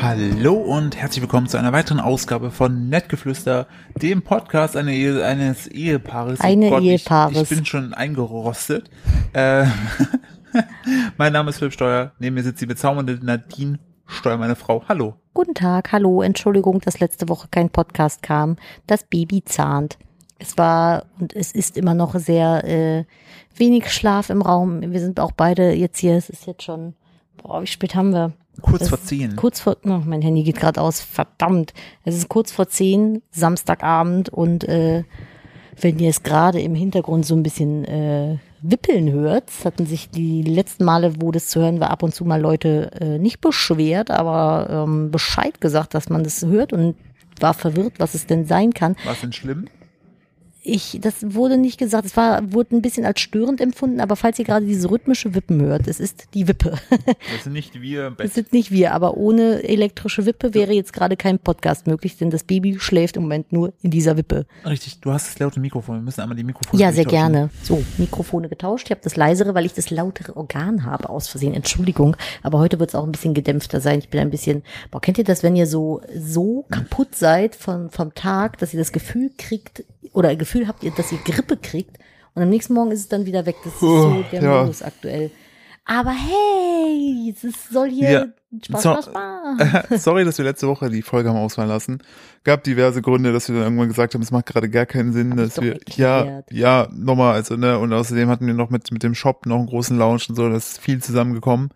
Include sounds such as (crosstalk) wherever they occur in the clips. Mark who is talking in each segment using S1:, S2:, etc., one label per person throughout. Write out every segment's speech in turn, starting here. S1: Hallo und herzlich willkommen zu einer weiteren Ausgabe von Nettgeflüster, dem Podcast eine Ehe, eines Ehepaares. Oh
S2: Eine
S1: ich- Ich,
S2: Ehepaares.
S1: bin schon eingerostet. Äh, (laughs) mein Name ist Philipp Steuer, neben mir sitzt die bezaubernde Nadine Steuer, meine Frau. Hallo.
S2: Guten Tag, hallo, Entschuldigung, dass letzte Woche kein Podcast kam. Das Baby zahnt. Es war und es ist immer noch sehr äh, wenig Schlaf im Raum. Wir sind auch beide jetzt hier. Es ist jetzt schon, boah, wie spät haben wir?
S1: Kurz
S2: Es
S1: vor
S2: ist
S1: zehn.
S2: Kurz vor, oh, mein Handy geht gerade aus, verdammt. Es ist kurz vor zehn, Samstagabend und äh, wenn ihr es gerade im Hintergrund so ein bisschen äh, wippeln hört, es hatten sich die letzten Male, wo das zu hören war, ab und zu mal Leute äh, nicht beschwert, aber ähm, Bescheid gesagt, dass man das hört und war verwirrt, was es denn sein kann.
S1: War es denn schlimm?
S2: Ich, das wurde nicht gesagt, es war, wurde ein bisschen als störend empfunden, aber falls ihr gerade diese rhythmische Wippen hört, es ist die Wippe. (laughs)
S1: Das sind nicht wir im
S2: Das
S1: Bett.
S2: sind nicht wir, aber ohne elektrische Wippe wäre jetzt gerade kein Podcast möglich, denn das Baby schläft im Moment nur in dieser Wippe.
S1: Richtig, du hast das laute Mikrofon. Wir müssen einmal die Mikrofone
S2: Ja, sehr
S1: durchtauschen.
S2: gerne. So, Mikrofone getauscht. Ich habe das leisere, weil ich das lautere Organ habe, aus Versehen. Entschuldigung. Aber heute wird es auch ein bisschen gedämpfter sein. Ich bin ein bisschen, boah, kennt ihr das, wenn ihr so, so kaputt seid von, vom Tag, dass ihr das Gefühl kriegt oder ein Gefühl habt, ihr, dass ihr Grippe kriegt und am nächsten Morgen ist es dann wieder weg. Das ist so der
S1: ja.
S2: Modus aktuell. Aber hey, es soll hier
S1: Ja.
S2: Spaß,
S1: So-
S2: Spaß,
S3: (laughs)
S2: Spaß.
S3: Sorry, dass wir letzte Woche die Folge haben ausfallen lassen. Gab diverse Gründe, dass wir dann irgendwann gesagt haben, es macht gerade gar keinen Sinn,
S2: ich
S3: dass
S2: doch
S3: wir ja,
S2: erklärt.
S3: ja, nochmal, also ne, und außerdem hatten wir noch mit mit dem Shop noch einen großen Lounge und so, das ist viel zusammengekommen.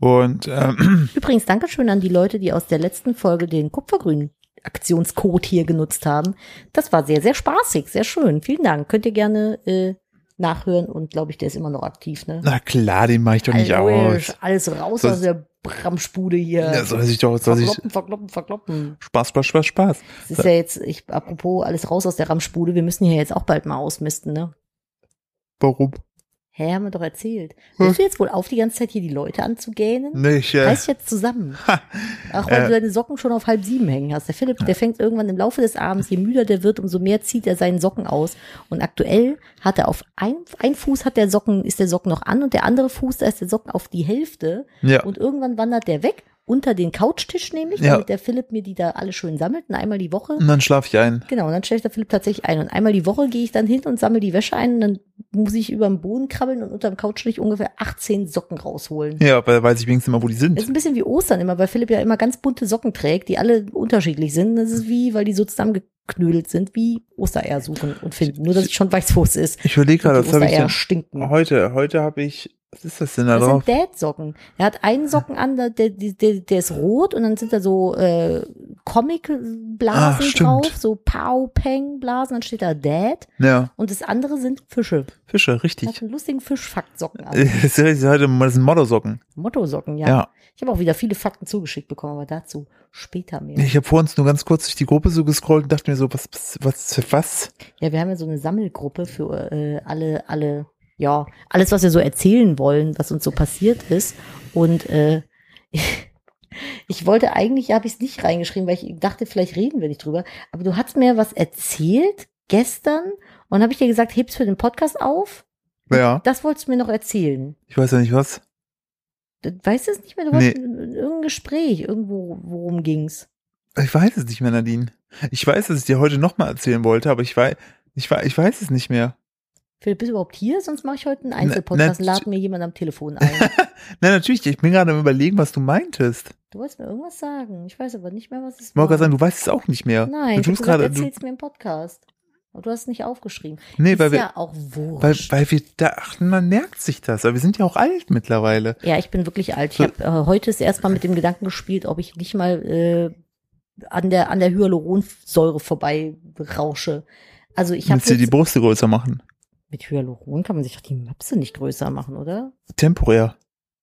S3: Und ähm, (clears throat)
S2: Übrigens, Dankeschön an die Leute, die aus der letzten Folge den Kupfergrün Aktionscode hier genutzt haben. Das war sehr, sehr spaßig, sehr schön. Vielen Dank. Könnt ihr gerne äh, nachhören und glaube ich, der ist immer noch aktiv, ne?
S3: na klar, den mache ich doch nicht
S2: Alter,
S3: aus.
S2: alles raus
S3: Sonst-
S2: aus der Bramspude hier.
S3: Ja, soll sich doch, soll sich
S2: verkloppen, verkloppen, verkloppen.
S3: Spaß, Spaß, Spaß, Spaß.
S2: Das ist ja jetzt, ich, apropos alles raus aus der Ramspude, wir müssen hier jetzt auch bald mal ausmisten, ne?
S3: Warum
S2: Hä, haben wir doch erzählt.
S3: Hm.
S2: Willst du jetzt wohl auf, die ganze Zeit hier die Leute anzugähnen?
S3: nicht? Äh,
S2: Reiß jetzt
S3: (laughs)
S2: zusammen. Ach, weil
S3: Äh.
S2: du deine Socken schon auf halb sieben hängen hast. Der Philipp, der fängt irgendwann im Laufe des Abends, je müder der wird, umso mehr zieht er seinen Socken aus. Und aktuell hat er auf ein, ein Fuß hat der Socken, ist der Socken noch an und der andere Fuß, da ist der Socken auf die Hälfte.
S3: ja,
S2: Und irgendwann wandert der weg, unter den Couchtisch nämlich,
S3: Ja.
S2: damit der Philipp mir die da alle schön sammelt, und einmal die Woche.
S3: und dann schlaf ich ein.
S2: Genau, und dann stellt der Philipp tatsächlich ein. Und einmal die Woche gehe ich dann hin und sammle die Wäsche ein und dann muss ich über den Boden krabbeln und unter dem Couchtisch ungefähr 18 Socken rausholen.
S3: Ja, weil weiß ich wenigstens immer, wo die
S2: Das ist
S3: sind.
S2: ein bisschen wie Ostern immer, weil Philipp ja immer ganz bunte Socken trägt, die alle unterschiedlich sind. Das ist wie, weil die so zusammengeknödelt sind, wie Ostereier suchen und finden. Nur, dass es schon weiß, wo es ist.
S3: Ich überlege
S2: Und
S3: gerade,
S2: die
S3: was habe ich
S2: Ostereier
S3: denn
S2: stinken.
S3: heute? Heute habe ich, was ist das denn da
S2: Das
S3: drauf?
S2: sind Dad-Socken. Er hat einen Socken an, der, der, der, der ist rot und dann sind da so äh,
S3: Ah,
S2: Comic-Blasen
S3: stimmt.
S2: drauf, so Pau-Peng-Blasen, dann steht da Dad
S3: Ja,
S2: und das andere sind Fische.
S3: Fische,
S2: Er
S3: richtig.
S2: hat einen lustigen Fischfaktsocken an.
S3: Das Äh, ist heute das sind Mottosocken.
S2: Motto-Socken, ja.
S3: Ja.
S2: Ich habe auch wieder viele Fakten zugeschickt bekommen, aber dazu später mehr.
S3: Ich habe vor uns nur ganz kurz durch die Gruppe so gescrollt und dachte mir so, was, was, was, was?
S2: Ja, wir haben ja so eine Sammelgruppe für äh, alle, alle, ja, alles, was wir so erzählen wollen, was uns so passiert ist. Und äh, (laughs) ich wollte eigentlich, habe ich es nicht reingeschrieben, weil ich dachte, vielleicht reden wir nicht drüber. Aber du hast mir was erzählt gestern und habe ich dir gesagt, heb's für den Podcast auf.
S3: Ja,
S2: Das wolltest du mir noch erzählen.
S3: ich weiß ja nicht was.
S2: Das- Weißt du es nicht mehr? Du
S3: Nee.
S2: wolltest irgendein Gespräch, irgendwo, worum ging's?
S3: Ich weiß es nicht mehr, Nadine. Ich weiß, dass ich dir heute nochmal erzählen wollte, aber ich weiß, ich weiß, ich weiß es nicht mehr.
S2: Philipp, bist du überhaupt hier? Sonst mache ich heute einen Einzelpodcast,
S3: na,
S2: lad mir jemand am Telefon ein.
S3: Na, natürlich, ich bin gerade am überlegen, was du meintest.
S2: Du wolltest mir irgendwas sagen. Ich weiß aber nicht mehr, was es
S3: Ich wollte
S2: war.
S3: gerade sagen, du weißt es auch nicht mehr.
S2: Nein,
S3: du
S2: du
S3: tust
S2: gesagt,
S3: gerade, du,
S2: erzähl's mir im Podcast. Aber du hast es nicht aufgeschrieben.
S3: nee,
S2: ist
S3: weil wir,
S2: ja auch
S3: weil,
S2: wurscht.
S3: weil wir dachten, man merkt sich das, aber wir sind ja auch alt mittlerweile.
S2: ja, ich bin wirklich alt. Ich habe äh, heute ist erstmal mit dem Gedanken gespielt, ob ich nicht mal äh, an der an der Hyaluronsäure vorbei rausche. Also ich habe
S3: Willst du dir die
S2: jetzt-
S3: Brüste größer machen?
S2: mit Hyaluron kann man sich doch die Möpse nicht größer machen, oder?
S3: Temporär.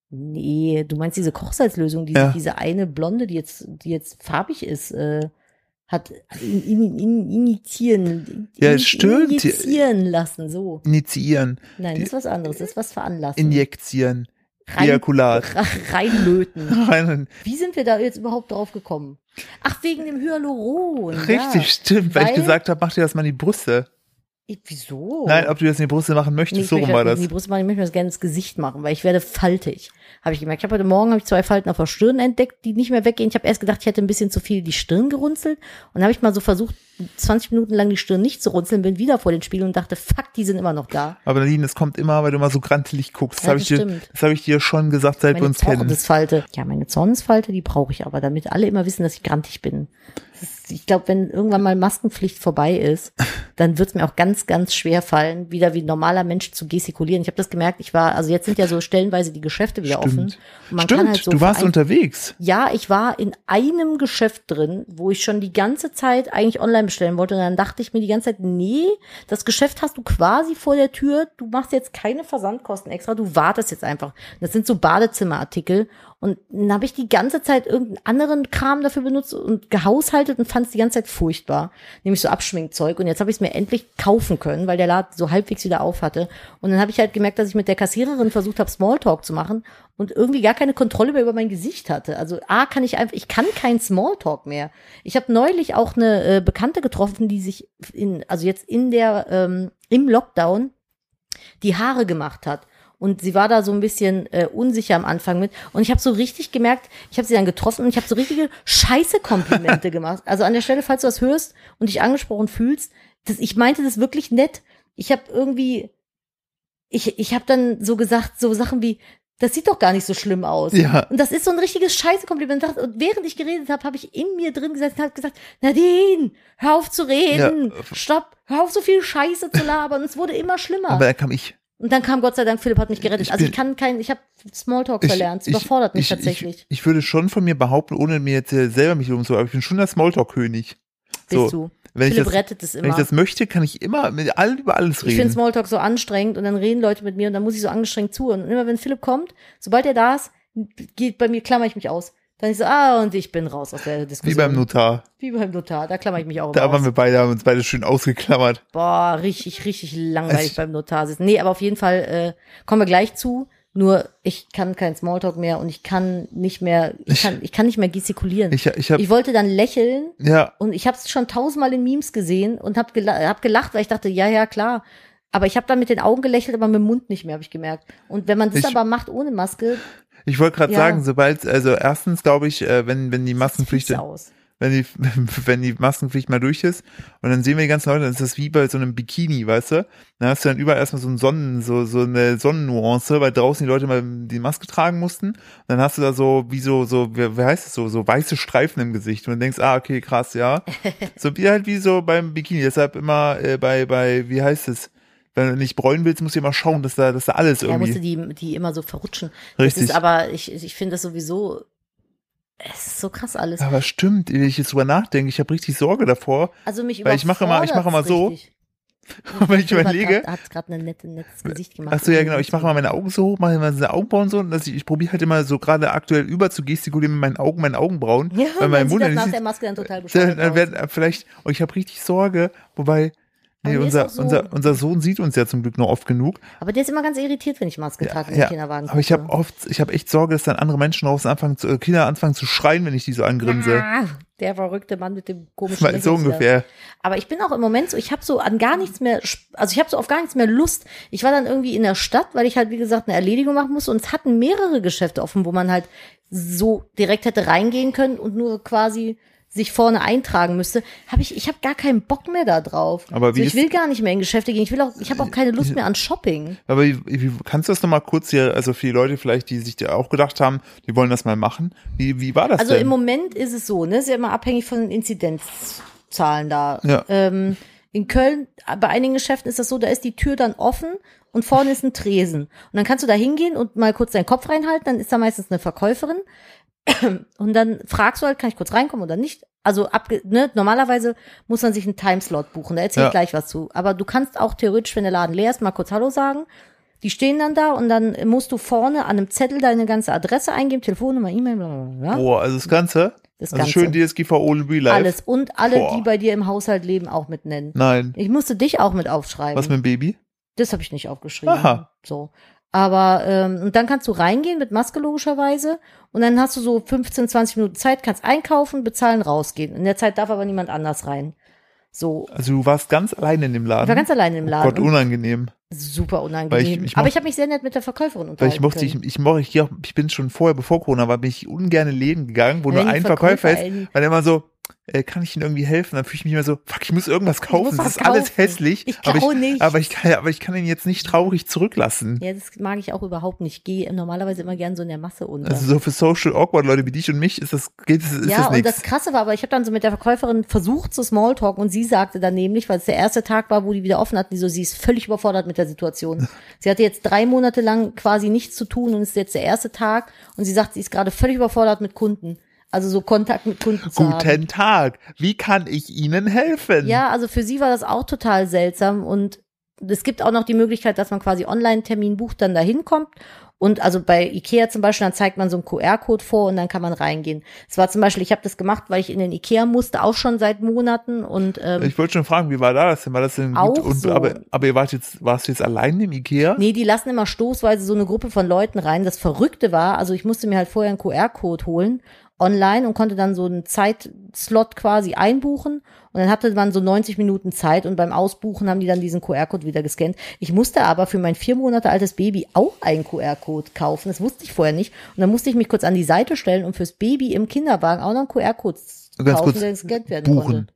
S2: Nee, du meinst diese Kochsalzlösung, die,
S3: Ja.
S2: diese eine Blonde, die jetzt, die jetzt farbig ist, äh, hat also in, in, in, initiieren,
S3: Ja,
S2: in-
S3: stimmt.
S2: injizieren lassen, so.
S3: Initiieren,
S2: Nein,
S3: Die-
S2: das ist was anderes, das ist was veranlassen.
S3: injektieren,
S2: Rein,
S3: ejakulat.
S2: ra- (laughs) reinlöten.
S3: Rein-
S2: Wie sind wir da jetzt überhaupt drauf gekommen? Ach, wegen dem Hyaluron.
S3: Richtig,
S2: Ja.
S3: stimmt, weil,
S2: Weil-
S3: ich gesagt habe, mach dir das mal in die Brüste.
S2: Ich, wieso?
S3: Nein, ob du das in die Brüste machen möchtest,
S2: Nee, ich
S3: so rum
S2: möchte
S3: war
S2: das nicht
S3: das.
S2: in Die Brust machen, ich möchte mir das gerne ins Gesicht machen, weil ich werde faltig. Habe ich gemerkt. Ich habe heute Morgen habe ich zwei Falten auf der Stirn entdeckt, die nicht mehr weggehen. Ich habe erst gedacht, ich hätte ein bisschen zu viel die Stirn gerunzelt. Und dann habe ich mal so versucht, 20 Minuten lang die Stirn nicht zu runzeln, bin wieder vor den Spiegel und dachte, fuck, die sind immer noch da.
S3: Aber Nadine, es kommt immer, weil du immer so grantelig guckst. Das
S2: Ja,
S3: habe
S2: das
S3: ich, dir-
S2: stimmt.
S3: das hab ich dir schon gesagt, seit wir
S2: Meine
S3: uns kennen.
S2: Zornesfalte. Ja, meine Zornesfalte, die brauche ich aber, damit alle immer wissen, dass ich grantig bin. Das ist- Ich glaube, wenn irgendwann mal Maskenpflicht vorbei
S3: (laughs)
S2: ist, dann wird es mir auch ganz, ganz schwer fallen, wieder wie ein normaler Mensch zu gestikulieren. Ich habe das gemerkt, ich war, also jetzt sind ja so stellenweise die Geschäfte wieder offen.
S3: Stimmt.
S2: Und man
S3: Stimmt,
S2: kann halt so
S3: du warst
S2: verein-
S3: unterwegs.
S2: ja, ich war in einem Geschäft drin, wo ich schon die ganze Zeit eigentlich online bestellen wollte. Und dann dachte ich mir die ganze Zeit, nee, das Geschäft hast du quasi vor der Tür. Du machst jetzt keine Versandkosten extra, du wartest jetzt einfach. Das sind so Badezimmerartikel. Und dann habe ich die ganze Zeit irgendeinen anderen Kram dafür benutzt und gehaushaltet und fand es die ganze Zeit furchtbar. Nämlich so Abschminkzeug. Und jetzt habe ich es mir endlich kaufen können, weil der Laden so halbwegs wieder auf hatte. Und dann habe ich halt gemerkt, dass ich mit der Kassiererin versucht habe, Smalltalk zu machen und irgendwie gar keine Kontrolle mehr über mein Gesicht hatte. Also A kann ich einfach, ich kann kein Smalltalk mehr. Ich habe neulich auch eine äh, Bekannte getroffen, die sich in, also jetzt in der, ähm, im Lockdown die Haare gemacht hat. Und sie war da so ein bisschen äh, unsicher am Anfang mit. Und ich habe so richtig gemerkt, ich habe sie dann getroffen und ich habe so richtige scheiße
S3: (laughs)
S2: Komplimente gemacht. Also an der Stelle, falls du das hörst und dich angesprochen fühlst, das, ich meinte das wirklich nett. Ich habe irgendwie, ich, ich habe dann so gesagt, so Sachen wie, das sieht doch gar nicht so schlimm aus.
S3: Ja.
S2: Und das ist so ein richtiges scheiße Kompliment. Und während ich geredet habe, habe ich in mir drin gesessen und habe gesagt, Nadine, hör auf zu reden.
S3: Ja.
S2: Stopp, hör auf so viel Scheiße zu labern. Und es wurde immer schlimmer.
S3: Aber da kam ich.
S2: Und dann kam Gott sei Dank, Philipp hat mich gerettet.
S3: Ich
S2: also
S3: bin-
S2: ich kann kein, ich habe Smalltalk
S3: ich
S2: verlernt. Es überfordert mich
S3: ich,
S2: tatsächlich.
S3: Ich, ich würde schon von mir behaupten, ohne mir jetzt äh, selber mich loben zu, aber ich bin schon der Smalltalk-König. So,
S2: Bist du.
S3: wenn ich
S2: Philipp
S3: das,
S2: rettet es immer.
S3: Wenn ich das möchte, kann ich immer mit all, über alles
S2: Ich finde
S3: reden.
S2: Smalltalk so anstrengend und dann reden Leute mit mir und dann muss ich so angestrengt zuhören. Und immer wenn Philipp kommt, sobald er da ist, geht bei mir, klammer ich mich aus. Dann ich so, ah, und ich bin raus aus der Diskussion.
S3: Wie beim Notar.
S2: Wie beim Notar, da klammer ich mich auch
S3: Da
S2: immer aus.
S3: waren wir beide, haben uns beide schön ausgeklammert.
S2: Boah, richtig, richtig langweilig
S3: Es-
S2: beim Notar sitzen. Nee, aber auf jeden Fall äh, kommen wir gleich zu. Nur ich kann kein Smalltalk mehr und ich kann nicht mehr, ich
S3: Ich-
S2: kann, ich kann nicht mehr gestikulieren.
S3: Ich, ich habe
S2: ich wollte dann lächeln
S3: ja,
S2: Und ich habe es schon tausendmal in Memes gesehen und habe gela hab gelacht, weil ich dachte, ja, ja, klar. Aber ich habe dann mit den Augen gelächelt, aber mit dem Mund nicht mehr, habe ich gemerkt. Und wenn man das
S3: Ich-
S2: aber macht ohne Maske,
S3: ich wollte gerade
S2: Ja.
S3: sagen, sobald, also erstens glaube ich, äh, wenn, wenn die
S2: sieht's
S3: Maskenpflicht,
S2: aus.
S3: wenn die, (laughs) wenn die Maskenpflicht mal durch ist und dann sehen wir die ganzen Leute, dann ist das wie bei so einem Bikini, weißt du? Dann hast du dann überall erstmal so einen Sonnen, so, so eine Sonnennuance, weil draußen die Leute mal die Maske tragen mussten. Und dann hast du da so, wie so, so, wie, wie heißt es so, so weiße Streifen im Gesicht und dann denkst, ah, okay, krass,
S2: (laughs)
S3: ja. So wie halt wie so beim Bikini, deshalb immer äh, bei, bei, wie heißt es? Wenn du nicht bräunen willst, musst du immer schauen, dass da, dass da alles
S2: Er musste
S3: irgendwie.
S2: die, die immer so verrutschen. Das
S3: Richtig.
S2: ist aber, ich, ich finde das sowieso, es ist so krass alles.
S3: Aber stimmt, wenn ich jetzt drüber nachdenke, ich habe richtig Sorge davor,
S2: Also mich
S3: Weil ich mache immer- ich mache immer so, (laughs) weil ich überlege,
S2: Hat gerade ein nette, nettes Gesicht gemacht.
S3: Ach so, ja genau, ich mache mal meine Augen so hoch, mache immer diese Augenbrauen so, dass ich, ich probiere halt immer so gerade aktuell über zu gestikulieren mit meinen Augen, meinen Augenbrauen,
S2: (laughs) Ja,
S3: weil mein
S2: man sieht
S3: Bruder
S2: das
S3: nicht
S2: nach
S3: sieht,
S2: der Maske dann
S3: (laughs)
S2: total
S3: dann,
S2: bescheuert
S3: dann
S2: aus.
S3: werden äh, vielleicht, oh, ich habe richtig Sorge, wobei,
S2: mir
S3: nee,
S2: ist
S3: unser,
S2: auch so.
S3: unser, unser Sohn sieht uns ja zum Glück noch oft genug,
S2: Aber der ist immer ganz irritiert, wenn ich Maske trage im Kinderwagen.
S3: aber ich habe
S2: gucke.
S3: oft, ich habe echt Sorge, dass dann andere Menschen draußen anfangen, zu, äh, Kinder anfangen zu schreien, wenn ich die so angrinse,
S2: Ah, Der verrückte Mann mit dem komischen
S3: Weil so
S2: Lächeln.
S3: ungefähr,
S2: Aber ich bin auch im Moment so, ich habe so an gar nichts mehr, sp- also ich habe so auf gar nichts mehr Lust. Ich war dann irgendwie in der Stadt, weil ich halt, wie gesagt, eine Erledigung machen musste und es hatten mehrere Geschäfte offen, wo man halt so direkt hätte reingehen können und nur quasi sich vorne eintragen müsste, habe ich, ich habe gar keinen Bock mehr da drauf.
S3: Aber wie
S2: so,
S3: ist- Äh,
S2: ich will gar nicht mehr in Geschäfte gehen. Ich will auch, ich habe auch keine Lust mehr an Shopping.
S3: aber wie, wie, kannst du das nochmal kurz hier, also für die Leute vielleicht, die sich da auch gedacht haben, die wollen das mal machen, wie, wie war das
S2: Also
S3: denn?
S2: im Moment ist es so, ne? Ist ja immer abhängig von den Inzidenzzahlen da.
S3: Ja.
S2: Ähm, in Köln, bei einigen Geschäften ist das so, da ist die Tür dann offen und vorne ist ein Tresen. Und dann kannst du da hingehen und mal kurz deinen Kopf reinhalten, dann ist da meistens eine Verkäuferin. (clears throat) Und dann fragst du halt, kann ich kurz reinkommen oder nicht? Also abge ne, normalerweise muss man sich einen Timeslot buchen, da erzähl ich
S3: Ja.
S2: gleich was zu. Aber du kannst auch theoretisch, wenn der Laden leer ist, mal kurz Hallo sagen. Die stehen dann da und dann musst du vorne an einem Zettel deine ganze Adresse eingeben, Telefonnummer, E-Mail, bla bla bla.
S3: Boah, also das Ganze?
S2: Ne? Das
S3: also
S2: Ganze.
S3: schön DSGVO in Real Life.
S2: Alles und alle,
S3: Boah.
S2: die bei dir im Haushalt leben, auch mit nennen.
S3: Nein.
S2: Ich musste dich auch mit aufschreiben.
S3: Was mit dem Baby?
S2: das habe ich nicht aufgeschrieben.
S3: Aha.
S2: So. Aber ähm, und dann kannst du reingehen mit Maske logischerweise und dann hast du so 15, 20 Minuten Zeit, kannst einkaufen, bezahlen, rausgehen. In der Zeit darf aber niemand anders rein. So.
S3: Also du warst ganz alleine in dem Laden.
S2: Ich war ganz alleine im
S3: Oh
S2: Laden.
S3: Gott, unangenehm.
S2: Super
S3: Weil ich-
S2: unangenehm.
S3: ich
S2: aber
S3: moch-
S2: ich habe mich sehr nett mit der Verkäuferin
S3: Weil
S2: unterhalten.
S3: ich mochte, ich,
S2: können.
S3: ich mochte, ich, geh auch- ich bin schon vorher, bevor Corona war, bin ich ungern in Läden gegangen, wo
S2: Wenn
S3: nur
S2: die
S3: ein Verkäufer ist,
S2: Verkäuferin-
S3: weil der immer so, äh, kann ich Ihnen irgendwie helfen? Dann fühle ich mich immer so, fuck, ich muss irgendwas kaufen,
S2: muss
S3: das
S2: was
S3: ist alles
S2: kaufen.
S3: hässlich,
S2: Ich
S3: aber,
S2: kau
S3: ich,
S2: nicht.
S3: aber ich kann, aber ich kann ihn jetzt nicht traurig zurücklassen.
S2: Ja, das mag ich auch überhaupt nicht. Ich gehe normalerweise immer gern so in der Masse unter.
S3: Also so für Social Awkward Leute wie dich und mich ist das, geht, ist, ist
S2: ja,
S3: das
S2: und das
S3: nichts.
S2: Krasse war aber, ich habe dann so mit der Verkäuferin versucht zu Smalltalken und sie sagte dann nämlich, weil es der erste Tag war, wo die wieder offen hatten, die so, sie ist völlig überfordert mit der Situation. Sie hatte jetzt drei Monate lang quasi nichts zu tun und es ist jetzt der erste Tag und sie sagt, sie ist gerade völlig überfordert mit Kunden. Also so Kontakt mit Kunden zu haben.
S3: Guten Tag, wie kann ich Ihnen helfen?
S2: Ja, also für sie war das auch total seltsam und es gibt auch noch die Möglichkeit, dass man quasi Online-Termin bucht, dann da hinkommt. Und also bei Ikea zum Beispiel, dann zeigt man so einen QR-Code vor und dann kann man reingehen. Es war zum Beispiel, ich habe das gemacht, weil ich in den Ikea musste, auch schon seit Monaten. Und ähm,
S3: Ich wollte schon fragen, wie war das denn? War das denn
S2: Auch
S3: gut? Und,
S2: so.
S3: aber, aber ihr wart jetzt, warst du jetzt allein im Ikea?
S2: Nee, die lassen immer stoßweise so eine Gruppe von Leuten rein. Das Verrückte war, also ich musste mir halt vorher einen QR-Code holen online und konnte dann so einen Zeitslot quasi einbuchen und dann hatte man so 90 Minuten Zeit und beim Ausbuchen haben die dann diesen QR-Code wieder gescannt. Ich musste aber für mein vier Monate altes Baby auch einen QR-Code kaufen. Das wusste ich vorher nicht. Und dann musste ich mich kurz an die Seite stellen und fürs Baby im Kinderwagen auch noch einen QR-Code
S3: Ganz
S2: kaufen,
S3: kurz,
S2: der gescannt werden
S3: buchen.
S2: konnte.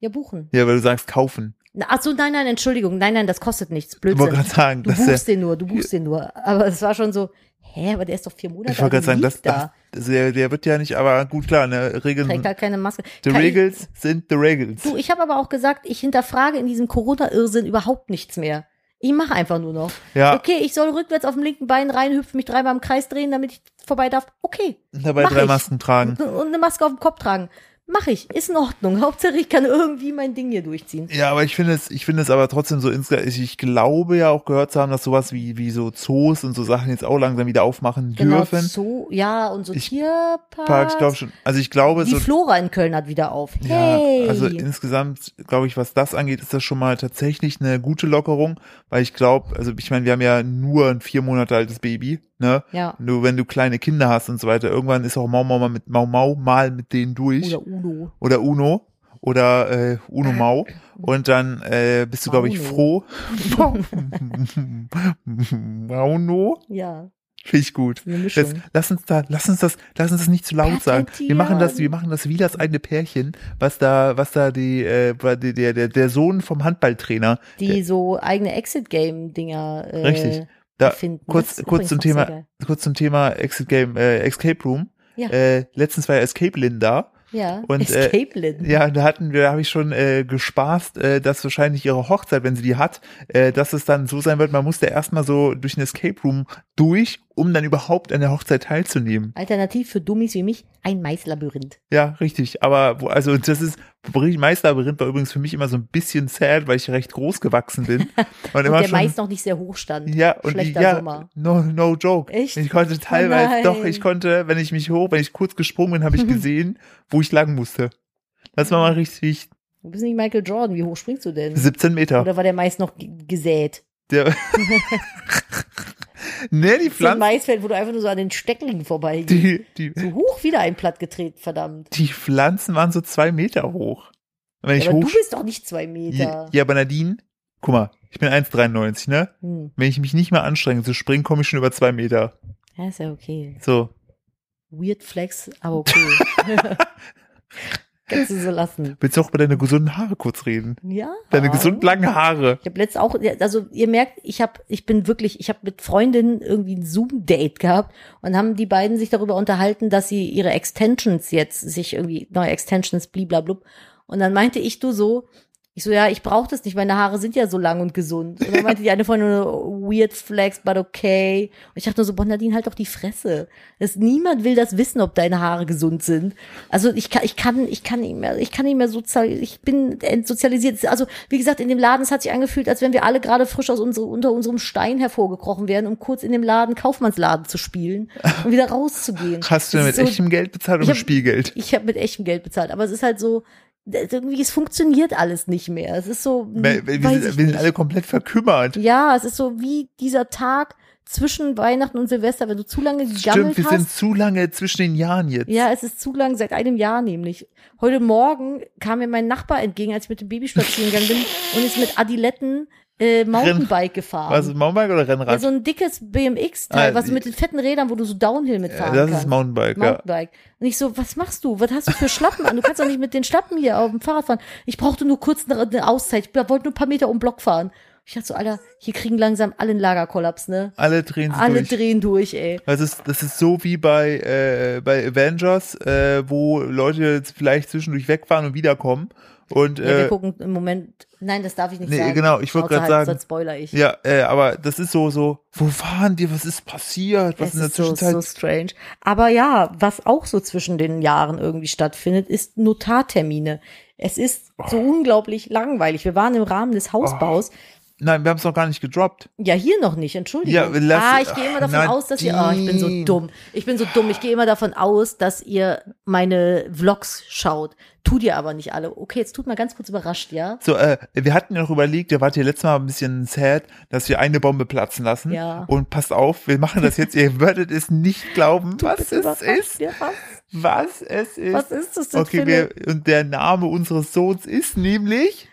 S2: Ja, buchen.
S3: Ja, weil du sagst kaufen.
S2: Na, Ach so, nein, nein, Entschuldigung. Nein, nein, das kostet nichts.
S3: Ich
S2: Blödsinn.
S3: wollte gerade sagen,
S2: Du
S3: dass der,
S2: buchst den nur, du buchst den nur. Aber es war schon so, hä, aber der ist doch vier Monate
S3: ich wollte gerade
S2: alt,
S3: sagen,
S2: liegt
S3: dass das,
S2: da.
S3: das, der, der wird ja nicht, aber gut klar, ne, Regeln,
S2: Trägt halt keine Maske.
S3: the
S2: Kann ich-
S3: Regels sind the Regels.
S2: Du, ich habe aber auch gesagt, ich hinterfrage in diesem Corona-Irrsinn überhaupt nichts mehr. Ich mache einfach nur noch.
S3: Ja.
S2: Okay, ich soll rückwärts auf dem linken Bein reinhüpfen, mich dreimal im Kreis drehen, damit ich vorbei darf. Okay.
S3: Dabei
S2: mach
S3: drei
S2: ich. Mhm.
S3: Masken tragen.
S2: Und und eine Maske auf dem Kopf tragen. Mache ich. Ist in Ordnung. (laughs) Hauptsache, ich kann irgendwie mein Ding hier durchziehen.
S3: Ja, aber ich finde es, ich finde es aber trotzdem so insgesamt, ich, ich glaube ja auch gehört zu haben, dass sowas wie, wie so Zoos und so Sachen jetzt auch langsam wieder aufmachen
S2: Genau,
S3: dürfen.
S2: so, ja, und so
S3: Ich-
S2: Tierparks.
S3: Parks, glaube schon. Also ich glaube,
S2: Die
S3: so,
S2: Flora in Köln hat wieder auf. Hey.
S3: ja, also insgesamt, glaube ich, was das angeht, ist das schon mal tatsächlich eine gute Lockerung, weil ich glaube, also ich meine, wir haben ja nur ein vier Monate altes Baby, ne?
S2: Ja.
S3: Nur wenn du kleine Kinder hast und so weiter, irgendwann ist auch Mau Mau mal mit Mau Mau mal mit denen durch.
S2: Oder Uno.
S3: oder Uno oder äh, Uno Mau und dann äh, bist du, glaube ich,
S2: Mauno.
S3: froh. (laughs) Mauno?
S2: Ja,
S3: Finde ich gut. Das,
S2: eine Mischung.
S3: lass uns da, lass uns das, lass uns das nicht zu laut sagen. Wir machen das, wir machen das wie das eigene Pärchen, was da, was da die, äh, die der, der, der Sohn vom Handballtrainer.
S2: Die so eigene Exit-Game-Dinger äh,
S3: Richtig. Da,
S2: finden.
S3: kurz-
S2: Das ist
S3: kurz zum
S2: übrigens
S3: Thema-
S2: auch sehr geil.
S3: kurz zum Thema Exit Game, äh, Escape Room.
S2: Ja.
S3: Äh, letztens war ja Escape Lin da.
S2: Ja,
S3: und, äh,
S2: Escape Lin.
S3: Ja, da hatten wir, habe ich schon äh, gespaßt, äh, dass wahrscheinlich ihre Hochzeit, wenn sie die hat, äh, dass es dann so sein wird, man muss da erstmal so durch den Escape Room durch, um dann überhaupt an der Hochzeit teilzunehmen.
S2: Alternativ für Dummies wie mich, ein Maislabyrinth.
S3: Ja, richtig. Aber wo, also das ist, Meisterlabyrinth war übrigens für mich immer so ein bisschen sad, weil ich recht groß gewachsen bin.
S2: (laughs)
S3: Und
S2: Und
S3: immer
S2: der
S3: schon.
S2: Mais noch nicht sehr hoch stand.
S3: Ja, und
S2: Schlechter
S3: ja,
S2: Sommer.
S3: No, no joke.
S2: Echt? Oh
S3: Ich konnte teilweise,
S2: nein.
S3: doch, ich konnte, wenn ich mich hoch, wenn ich kurz gesprungen bin, habe
S2: (laughs)
S3: ich gesehen, wo ich lang musste. Das war mal richtig
S2: Du bist nicht Michael Jordan, wie hoch springst du denn?
S3: 17 Meter.
S2: Oder war der Mais noch g- gesät?
S3: Der ne, die
S2: So ein
S3: Pflanzen,
S2: Maisfeld, wo du einfach nur so an den Steckling vorbeigehst.
S3: die, die,
S2: So hoch wieder ein Platt getreten, verdammt.
S3: die Pflanzen waren so zwei Meter hoch. Und Wenn ich
S2: Ja, aber
S3: hoch,
S2: du bist doch nicht zwei
S3: ja,
S2: Meter.
S3: ja, aber Nadine, guck mal, ich bin 1,93, ne?
S2: Hm.
S3: Wenn ich mich nicht mehr anstrenge zu springen, komme ich schon über zwei Meter.
S2: Ja, ist ja okay.
S3: So.
S2: Weird Flex, aber okay. Kannst du so lassen.
S3: Willst du auch über deine gesunden Haare kurz reden?
S2: Ja.
S3: Deine gesund langen Haare.
S2: Ich habe letzt auch, also ihr merkt, ich habe, ich bin wirklich, ich habe mit Freundinnen irgendwie ein Zoom-Date gehabt und haben die beiden sich darüber unterhalten, dass sie ihre Extensions jetzt sich irgendwie neue Extensions bliblablub. Und dann meinte ich du so, ich so, ja, ich brauche das nicht, meine Haare sind ja so lang und gesund. Und dann meinte die eine Freundin, nur, weird flex, but okay. Und ich dachte nur so, boah, Nadine, halt doch die Fresse. Das, niemand will das wissen, ob deine Haare gesund sind. Also ich kann, ich kann, ich kann nicht mehr, ich kann nicht mehr sozial, ich bin entsozialisiert. Also wie gesagt, in dem Laden, es hat sich angefühlt, als wenn wir alle gerade frisch aus unsere, unter unserem Stein hervorgekrochen wären, um kurz in dem Laden Kaufmannsladen zu spielen und wieder rauszugehen.
S3: Hast du
S2: Es
S3: mit
S2: ist so,
S3: echtem Geld bezahlt
S2: Ich
S3: oder mit
S2: hab-
S3: Spielgeld?
S2: ich habe mit echtem Geld bezahlt, aber es ist halt so, irgendwie, es funktioniert alles nicht mehr. Es ist so,
S3: Wir, wir,
S2: Hm, weiß
S3: wir
S2: ich
S3: sind, wir sind
S2: nicht. Hm,
S3: alle komplett verkümmert.
S2: ja, es ist so wie dieser Tag zwischen Weihnachten und Silvester, wenn du zu lange gegammelt
S3: Stimmt, wir
S2: hast.
S3: sind zu lange zwischen den Jahren jetzt.
S2: ja, es ist zu lang, seit einem Jahr nämlich. Heute Morgen kam mir mein Nachbar entgegen, als ich mit dem Baby spazieren gegangen bin und ist mit Adiletten äh, Mountainbike gefahren.
S3: Was ist Mountainbike oder Rennrad?
S2: ja, so ein dickes BMX-Teil,
S3: Ah,
S2: was
S3: die-
S2: mit den fetten Rädern, wo du so Downhill mitfahren
S3: das
S2: kannst.
S3: ist Mountainbike, ja.
S2: Mountainbike. Und ich so, was machst du? Was hast du für Schlappen an? Du kannst doch nicht mit den Schlappen hier auf dem Fahrrad fahren. Ich brauchte nur kurz eine, eine Auszeit. Ich wollte nur ein paar Meter um den Block fahren. Ich dachte so, Alter, hier kriegen langsam alle einen Lagerkollaps, ne?
S3: Alle drehen sich
S2: Alle
S3: durch.
S2: drehen durch, ey.
S3: Das ist, das ist so wie bei, äh, bei Avengers, äh, wo Leute jetzt vielleicht zwischendurch wegfahren und wiederkommen. Und
S2: ja, wir
S3: äh,
S2: gucken im Moment. Nein, das darf ich nicht
S3: Nee,
S2: sagen.
S3: genau, ich wollte
S2: Schnauze
S3: gerade sagen.
S2: halten, Sonst spoiler ich.
S3: ja, äh, aber das ist so, so, wo waren die? Was ist passiert? Was
S2: Es
S3: in der
S2: ist so,
S3: Zwischenzeit?
S2: so strange. Aber ja, was auch so zwischen den Jahren irgendwie stattfindet, ist Notartermine. Es ist so
S3: Oh.
S2: unglaublich langweilig. Wir waren im Rahmen des Hausbaus.
S3: Nein, wir haben es noch gar nicht gedroppt.
S2: Ja, hier noch nicht, Entschuldigung.
S3: Ja, lass-
S2: ah, ich gehe immer davon
S3: Ach,
S2: aus, dass ihr. Oh, ich bin so
S3: Nadine.
S2: dumm. Ich bin so dumm. Ich gehe immer davon aus, dass ihr meine Vlogs schaut. Tut ihr aber nicht alle. Okay, jetzt tut mal ganz kurz überrascht, ja?
S3: So, äh, wir hatten ja noch überlegt, ihr wart hier letztes Mal ein bisschen sad, dass wir eine Bombe platzen lassen.
S2: Ja.
S3: Und passt auf, wir machen das jetzt.
S2: (laughs)
S3: ihr werdet es nicht glauben, was es
S2: Überrascht
S3: ist.
S2: ihr was?
S3: Was es ist.
S2: Was ist das denn
S3: Okay,
S2: für eine-
S3: wir, und der Name unseres Sohns ist nämlich,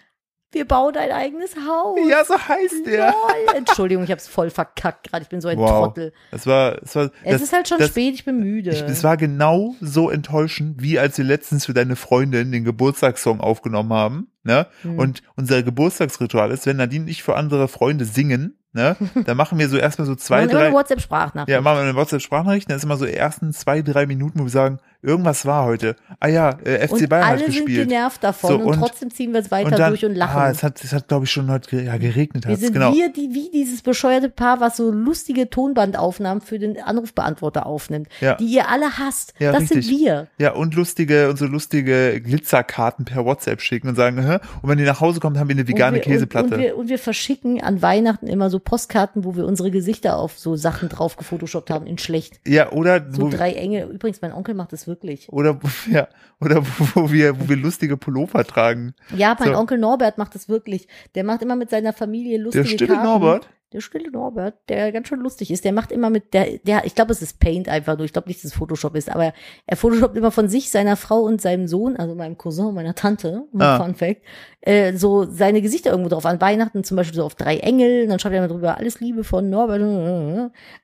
S2: Wir bauen dein eigenes Haus.
S3: ja, so heißt er.
S2: Lol. Entschuldigung, ich hab's voll verkackt gerade. Ich bin so ein Trottel.
S3: Es war, es war,
S2: Es
S3: das,
S2: ist halt schon
S3: das,
S2: spät, ich bin müde.
S3: Ich, es war genau so enttäuschend, wie als wir letztens für deine Freundin den Geburtstagssong aufgenommen haben. Ne?
S2: Hm.
S3: Und unser Geburtstagsritual ist, wenn Nadine und ich für andere Freunde singen,
S2: (laughs)
S3: ne, dann machen wir so erstmal so zwei,
S2: Machen immer
S3: drei.
S2: eine WhatsApp-Sprachnachricht.
S3: Ja, machen wir eine WhatsApp-Sprachnachricht, dann ist immer so die ersten zwei, drei Minuten, wo wir sagen, irgendwas war heute. Ah ja, äh, FC
S2: und
S3: Bayern
S2: alle
S3: hat
S2: sind
S3: gespielt.
S2: genervt davon
S3: So,
S2: und,
S3: und-
S2: trotzdem ziehen wir es weiter
S3: und dann,
S2: durch und lachen.
S3: Ah, es hat, es hat glaube ich, schon heute ge ja, geregnet.
S2: wir
S3: hat's,
S2: sind
S3: genau.
S2: wir, die wie dieses bescheuerte Paar, was so lustige Tonbandaufnahmen für den Anrufbeantworter aufnimmt,
S3: Ja.
S2: die ihr alle hasst.
S3: Ja,
S2: das
S3: richtig.
S2: sind wir.
S3: Ja, und lustige, und so lustige Glitzerkarten per WhatsApp schicken und sagen, Hä? und wenn ihr nach Hause kommt, haben wir eine vegane
S2: und wir,
S3: Käseplatte.
S2: Und, und, wir, und wir verschicken an Weihnachten immer so Postkarten, wo wir unsere Gesichter auf so Sachen drauf gefotoshoppt haben, in schlecht.
S3: ja, oder,
S2: So
S3: wo,
S2: drei Engel. Übrigens, mein Onkel macht das wirklich.
S3: oder, ja, oder wo, wo wir, wo wir lustige Pullover tragen.
S2: Ja, mein
S3: So.
S2: Onkel Norbert macht das wirklich. Der macht immer mit seiner Familie lustige
S3: Der stille
S2: Karten.
S3: Norbert?
S2: Der stille Norbert, der ganz schön lustig ist. Der macht immer mit der, der, ich glaube, es ist Paint einfach nur. Ich glaube nicht, dass es Photoshop ist, aber er photoshoppt immer von sich, seiner Frau und seinem Sohn, also meinem Cousin und meiner Tante,
S3: Ah.
S2: Fun Fact, äh, so seine Gesichter irgendwo drauf. An Weihnachten zum Beispiel so auf drei Engel, und dann schreibt er immer drüber, alles Liebe von Norbert. (laughs)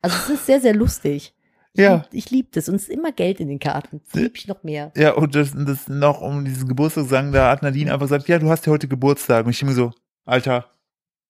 S2: Also es ist sehr, sehr lustig. Ich
S3: Ja. Äh,
S2: lieb- Ich liebe das und es ist immer Geld in den Karten. Das lieb ich noch mehr.
S3: Ja, und das, das noch um diesen Geburtstag zu sagen, da hat Nadine einfach gesagt, ja, du hast ja heute Geburtstag. Und ich bin so, Alter,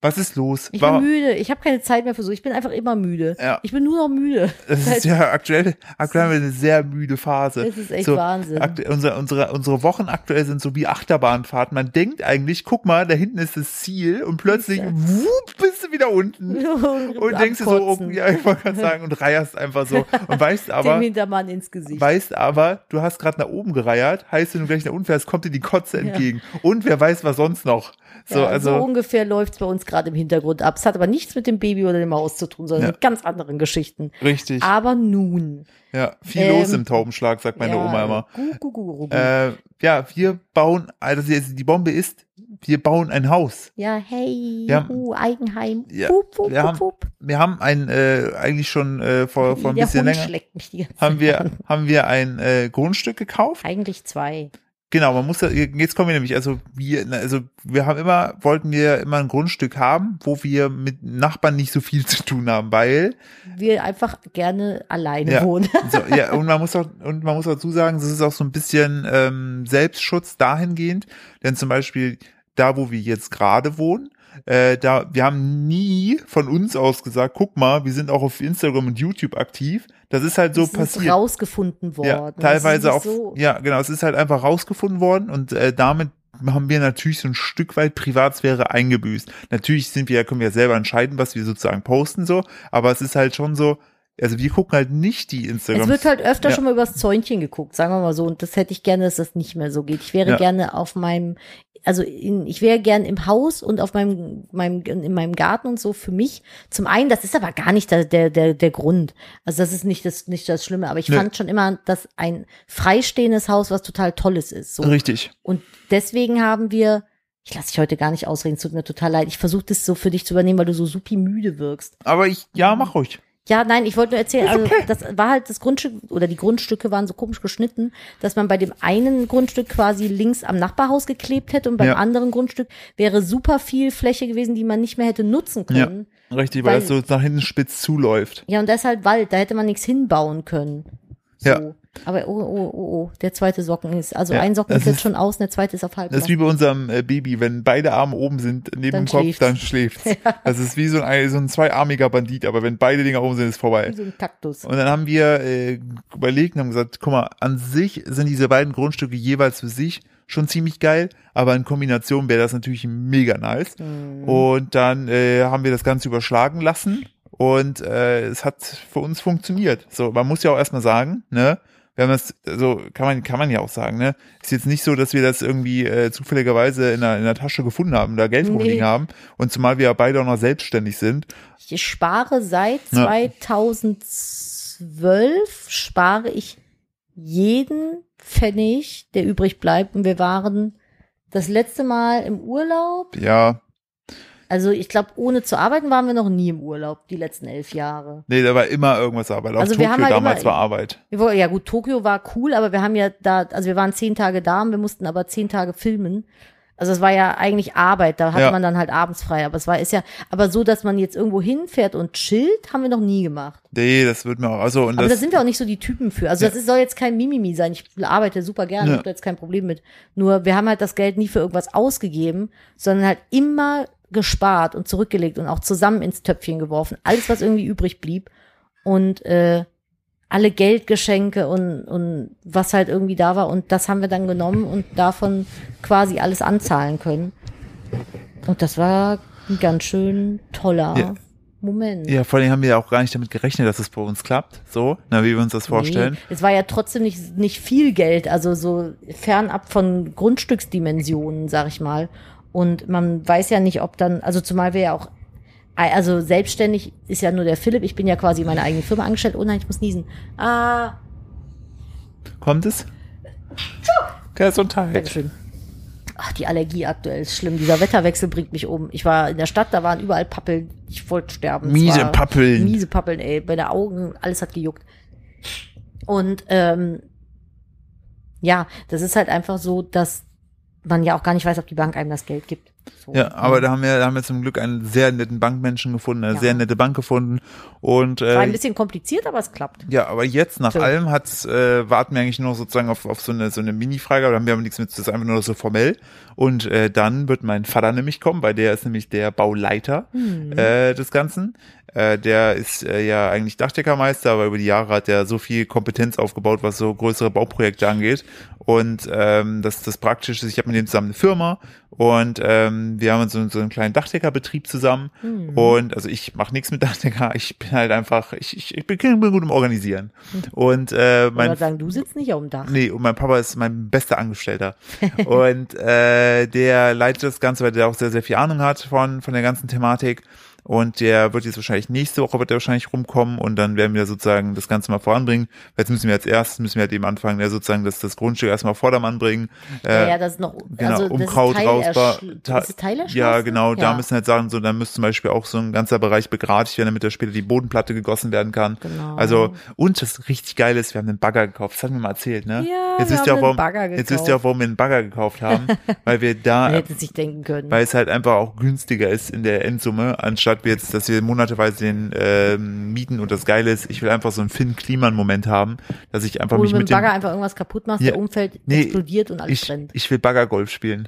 S3: was ist los?
S2: Ich
S3: Warum-
S2: bin müde. Ich habe keine Zeit mehr für so. Ich bin einfach immer müde.
S3: Ja.
S2: Ich bin nur noch müde.
S3: das ist ja aktuell, aktuell haben wir eine sehr müde Phase.
S2: Das ist echt
S3: so,
S2: Wahnsinn.
S3: aktu- Unsere, unsere, unsere Wochen aktuell sind so wie Achterbahnfahrten. Man denkt eigentlich, guck mal, da hinten ist das Ziel und plötzlich, wupp, bist du wieder
S2: (laughs)
S3: unten.
S2: (laughs) und
S3: Und denkst dir so, oh, ja, ich wollte gerade sagen, und reierst einfach
S2: (laughs)
S3: so. Und weißt
S2: Dem
S3: aber,
S2: Hintermann ins Gesicht.
S3: weißt aber, du hast gerade nach oben gereiert, heißt, wenn du gleich nach unten fährst, kommt dir die Kotze entgegen. Und wer weiß, was sonst noch. So,
S2: ja,
S3: also.
S2: so ungefähr läuft's bei uns gerade im Hintergrund ab. Es hat aber nichts mit dem Baby oder dem Haus zu tun, sondern
S3: Ja.
S2: mit ganz anderen Geschichten.
S3: Richtig.
S2: Aber nun.
S3: Ja, viel
S2: Ah, Ähm,
S3: los im Taubenschlag, sagt meine
S2: ja, Mhm.
S3: Oma immer.
S2: Gu, gu, gu, gu, gu.
S3: Äh, ja, wir bauen, also die die Bombe ist, wir bauen ein Haus.
S2: ja, hey,
S3: wir haben-
S2: uh, Eigenheim.
S3: Ja,
S2: wupp, wupp,
S3: wir haben-
S2: wupp,
S3: Wir haben ein, äh, eigentlich schon äh, vor, vor ein
S2: Der
S3: bisschen
S2: Hund
S3: länger,
S2: schlägt mich die ganze
S3: haben
S2: Zeit
S3: wir,
S2: an.
S3: haben wir ein äh, Grundstück gekauft.
S2: Eigentlich zwei.
S3: Genau, man muss, da- jetzt kommen wir nämlich, also wir, na, also wir haben immer, wollten wir immer ein Grundstück haben, wo wir mit Nachbarn nicht so viel zu tun haben, weil
S2: Wir einfach gerne alleine
S3: Ja.
S2: wohnen.
S3: So, ja, und man muss auch, und man muss dazu sagen, das ist auch so ein bisschen ähm, Selbstschutz dahingehend, denn zum Beispiel da, wo wir jetzt gerade wohnen, äh, da, wir haben nie von uns aus gesagt, guck mal, wir sind auch auf Instagram und YouTube aktiv. Das ist
S2: (laughs)
S3: halt so
S2: das ist
S3: passiert.
S2: rausgefunden worden.
S3: Ja,
S2: Das ist
S3: teilweise
S2: nicht
S3: auch,
S2: So,
S3: ja, genau, es ist halt einfach rausgefunden worden und äh, damit haben wir natürlich so ein Stück weit Privatsphäre eingebüßt. Natürlich sind wir, können wir selber entscheiden, was wir sozusagen posten so, aber es ist halt schon so, also wir gucken halt nicht die Instagram.
S2: Es wird halt öfter
S3: Ja.
S2: schon mal übers Zäunchen geguckt, sagen wir mal so. Und das hätte ich gerne, dass das nicht mehr so geht. Ich wäre
S3: Ja.
S2: gerne auf meinem, also in, ich wäre gern im Haus und auf meinem, meinem, in meinem Garten und so für mich. Zum einen, das ist aber gar nicht der, der, der, der Grund. Also das ist nicht das, nicht das Schlimme. Aber ich
S3: Nö.
S2: fand schon immer, dass ein freistehendes Haus was total Tolles ist. So.
S3: Richtig.
S2: Und deswegen haben wir, ich lasse dich heute gar nicht ausreden, es tut mir total leid. Ich versuche das so für dich zu übernehmen, weil du so supi müde wirkst.
S3: Aber ich, ja, mach ruhig.
S2: Ja, nein, ich wollte nur erzählen, also das war halt das Grundstück oder die Grundstücke waren so komisch geschnitten, dass man bei dem einen Grundstück quasi links am Nachbarhaus geklebt hätte und beim
S3: Ja.
S2: anderen Grundstück wäre super viel Fläche gewesen, die man nicht mehr hätte nutzen
S3: Ja,
S2: können.
S3: richtig, weil
S2: Weil-
S3: es so nach hinten spitz zuläuft.
S2: Ja, und da ist halt Wald, da hätte man nichts hinbauen können. So.
S3: Ja.
S2: Aber oh, oh, oh, oh, der zweite Socken ist, also
S3: Ja,
S2: ein Socken
S3: das
S2: ist jetzt
S3: ist-
S2: schon aus und der zweite ist auf halb.
S3: Das ist wie bei unserem äh, Baby, wenn beide Arme oben sind neben
S2: Dann
S3: dem Kopf,
S2: schläft's.
S3: dann
S2: (laughs)
S3: schläft's. Das ist wie so ein, so ein zweiarmiger Bandit, aber wenn beide Dinger oben sind, ist vorbei.
S2: Wie so ein Kaktus.
S3: Und dann haben wir äh, überlegt und haben gesagt, guck mal, an sich sind diese beiden Grundstücke jeweils für sich schon ziemlich geil, aber in Kombination wäre das natürlich mega nice. Und dann äh, haben wir das Ganze überschlagen lassen und äh, es hat für uns funktioniert. So, man muss ja auch erstmal sagen, ne? Wir haben das, also kann man, kann man ja auch sagen, ne? Ist jetzt nicht so, dass wir das irgendwie äh, zufälligerweise in einer, in einer Tasche gefunden haben, da Geld
S2: Nee.
S3: rumliegen haben. Und zumal wir ja beide auch noch selbstständig sind.
S2: Ich spare seit
S3: Ja.
S2: 2012 spare ich jeden Pfennig, der übrig bleibt. Und wir waren das letzte Mal im Urlaub.
S3: Ja,
S2: Also ich glaube, ohne zu arbeiten waren wir noch nie im Urlaub die letzten elf Jahre.
S3: Nee, da war immer irgendwas Arbeit. Auch
S2: Also wir
S3: Tokio
S2: haben halt
S3: damals
S2: immer-
S3: war Arbeit.
S2: Wir wo- Ja gut, Tokio war cool, aber wir haben ja da, also wir waren zehn Tage da und wir mussten aber zehn Tage filmen. Also es war ja eigentlich Arbeit, da hatte
S3: Ja.
S2: man dann halt abends frei. Aber es war ist ja, aber so, dass man jetzt irgendwo hinfährt und chillt, haben wir noch nie gemacht.
S3: Nee, das wird mir auch. Also, und
S2: Aber da
S3: das,
S2: sind wir auch nicht so die Typen für. Also das ist, soll jetzt kein Mimimi sein. Ich arbeite super gerne,
S3: Ja.
S2: ich habe da jetzt kein Problem mit. Nur wir haben halt das Geld nie für irgendwas ausgegeben, sondern halt immer gespart und zurückgelegt und auch zusammen ins Töpfchen geworfen. Alles, was irgendwie übrig blieb. Und äh, alle Geldgeschenke und, und was halt irgendwie da war. Und das haben wir dann genommen und davon quasi alles anzahlen können. Und das war ein ganz schön toller
S3: Ja.
S2: Moment.
S3: ja, vor allem haben wir ja auch gar nicht damit gerechnet, dass es bei uns klappt. So, na, wie wir uns das vorstellen.
S2: Nee, es war ja trotzdem nicht, nicht viel Geld, also so fernab von Grundstücksdimensionen, sag ich mal. Und man weiß ja nicht, ob dann, also zumal wir ja auch, also selbstständig ist ja nur der Philipp, ich bin ja quasi in meiner eigenen Firma angestellt. Oh nein, ich muss niesen. Ah,
S3: Kommt es? Gesundheit.
S2: Dankeschön. Ach, die Allergie aktuell ist schlimm. Dieser Wetterwechsel bringt mich um. Ich war in der Stadt, da waren überall Pappeln. Ich wollte sterben. Es
S3: Miese
S2: war-
S3: Pappeln.
S2: Miese Pappeln, ey. Bei den Augen, alles hat gejuckt. Und ähm, ja, das ist halt einfach so, dass man ja auch gar nicht weiß, ob die Bank einem das Geld gibt. So.
S3: Ja, aber äh, da haben wir, da haben wir zum Glück einen sehr netten Bankmenschen gefunden, eine
S2: Ja.
S3: sehr nette Bank gefunden. Und
S2: war ein
S3: äh,
S2: bisschen kompliziert, aber es klappt.
S3: ja, aber jetzt nach
S2: Schön.
S3: allem hat's, äh, warten wir eigentlich nur noch sozusagen auf, auf so eine so eine Mini-Frage, aber da haben wir aber nichts mit, das ist einfach nur noch so formell. Und äh, dann wird mein Vater nämlich kommen, weil der ist nämlich der Bauleiter äh, des Ganzen. Äh, der ist äh, ja eigentlich Dachdeckermeister, aber über die Jahre hat er so viel Kompetenz aufgebaut, was so größere Bauprojekte angeht. Und ähm, das, das Praktische ist, ich habe mit dem zusammen eine Firma und ähm, wir haben so, so einen kleinen Dachdeckerbetrieb zusammen. Und also ich mache nichts mit Dachdecker, (laughs) ich bin halt einfach, ich, ich, ich bin, bin gut im Organisieren. Und äh, mein
S2: Oder sagen, du sitzt nicht auf dem Dach.
S3: Nee, und mein Papa ist mein bester
S2: (laughs)
S3: Angestellter. und äh, der leitet das Ganze, weil der auch sehr, sehr viel Ahnung hat von, von der ganzen Thematik. Und der wird jetzt wahrscheinlich nächste Woche wird er wahrscheinlich rumkommen und dann werden wir sozusagen das Ganze mal voranbringen. Jetzt müssen wir als erstes müssen wir halt eben anfangen, ja, sozusagen das, das Grundstück erstmal auf Vordermann bringen.
S2: Ja,
S3: Äh,
S2: ja, das ist noch,
S3: Genau,
S2: also das
S3: Unkraut
S2: ist
S3: rausbar.
S2: Teilerschl-
S3: Ta-
S2: das ist Teilerschlossen?
S3: Ja, genau, da müssen halt Sachen so, da müsste zum Beispiel auch so ein ganzer Bereich begradigt werden, damit da später die Bodenplatte gegossen werden kann.
S2: Genau.
S3: Also, und das richtig geil ist, wir haben einen Bagger gekauft, das hatten wir mal erzählt, ne?
S2: Ja,
S3: jetzt
S2: wir
S3: wisst ihr
S2: haben
S3: auch, warum,
S2: einen Bagger
S3: Jetzt wisst ihr auch, warum wir einen Bagger gekauft
S2: (laughs)
S3: haben, weil wir
S2: Man
S3: da,
S2: hätte es sich denken können.
S3: weil es halt einfach auch günstiger ist in der Endsumme, anstatt wir jetzt, dass wir monateweise den ähm, mieten und das Geile ist, ich will einfach so einen Finn-Kliman-Moment haben, dass ich einfach
S2: Wo
S3: mich
S2: du mit
S3: mit
S2: dem Bagger
S3: dem,
S2: einfach irgendwas kaputt machst,
S3: Ja.
S2: der Umfeld
S3: Nee,
S2: explodiert und alles
S3: ich,
S2: brennt.
S3: ich will Baggergolf spielen.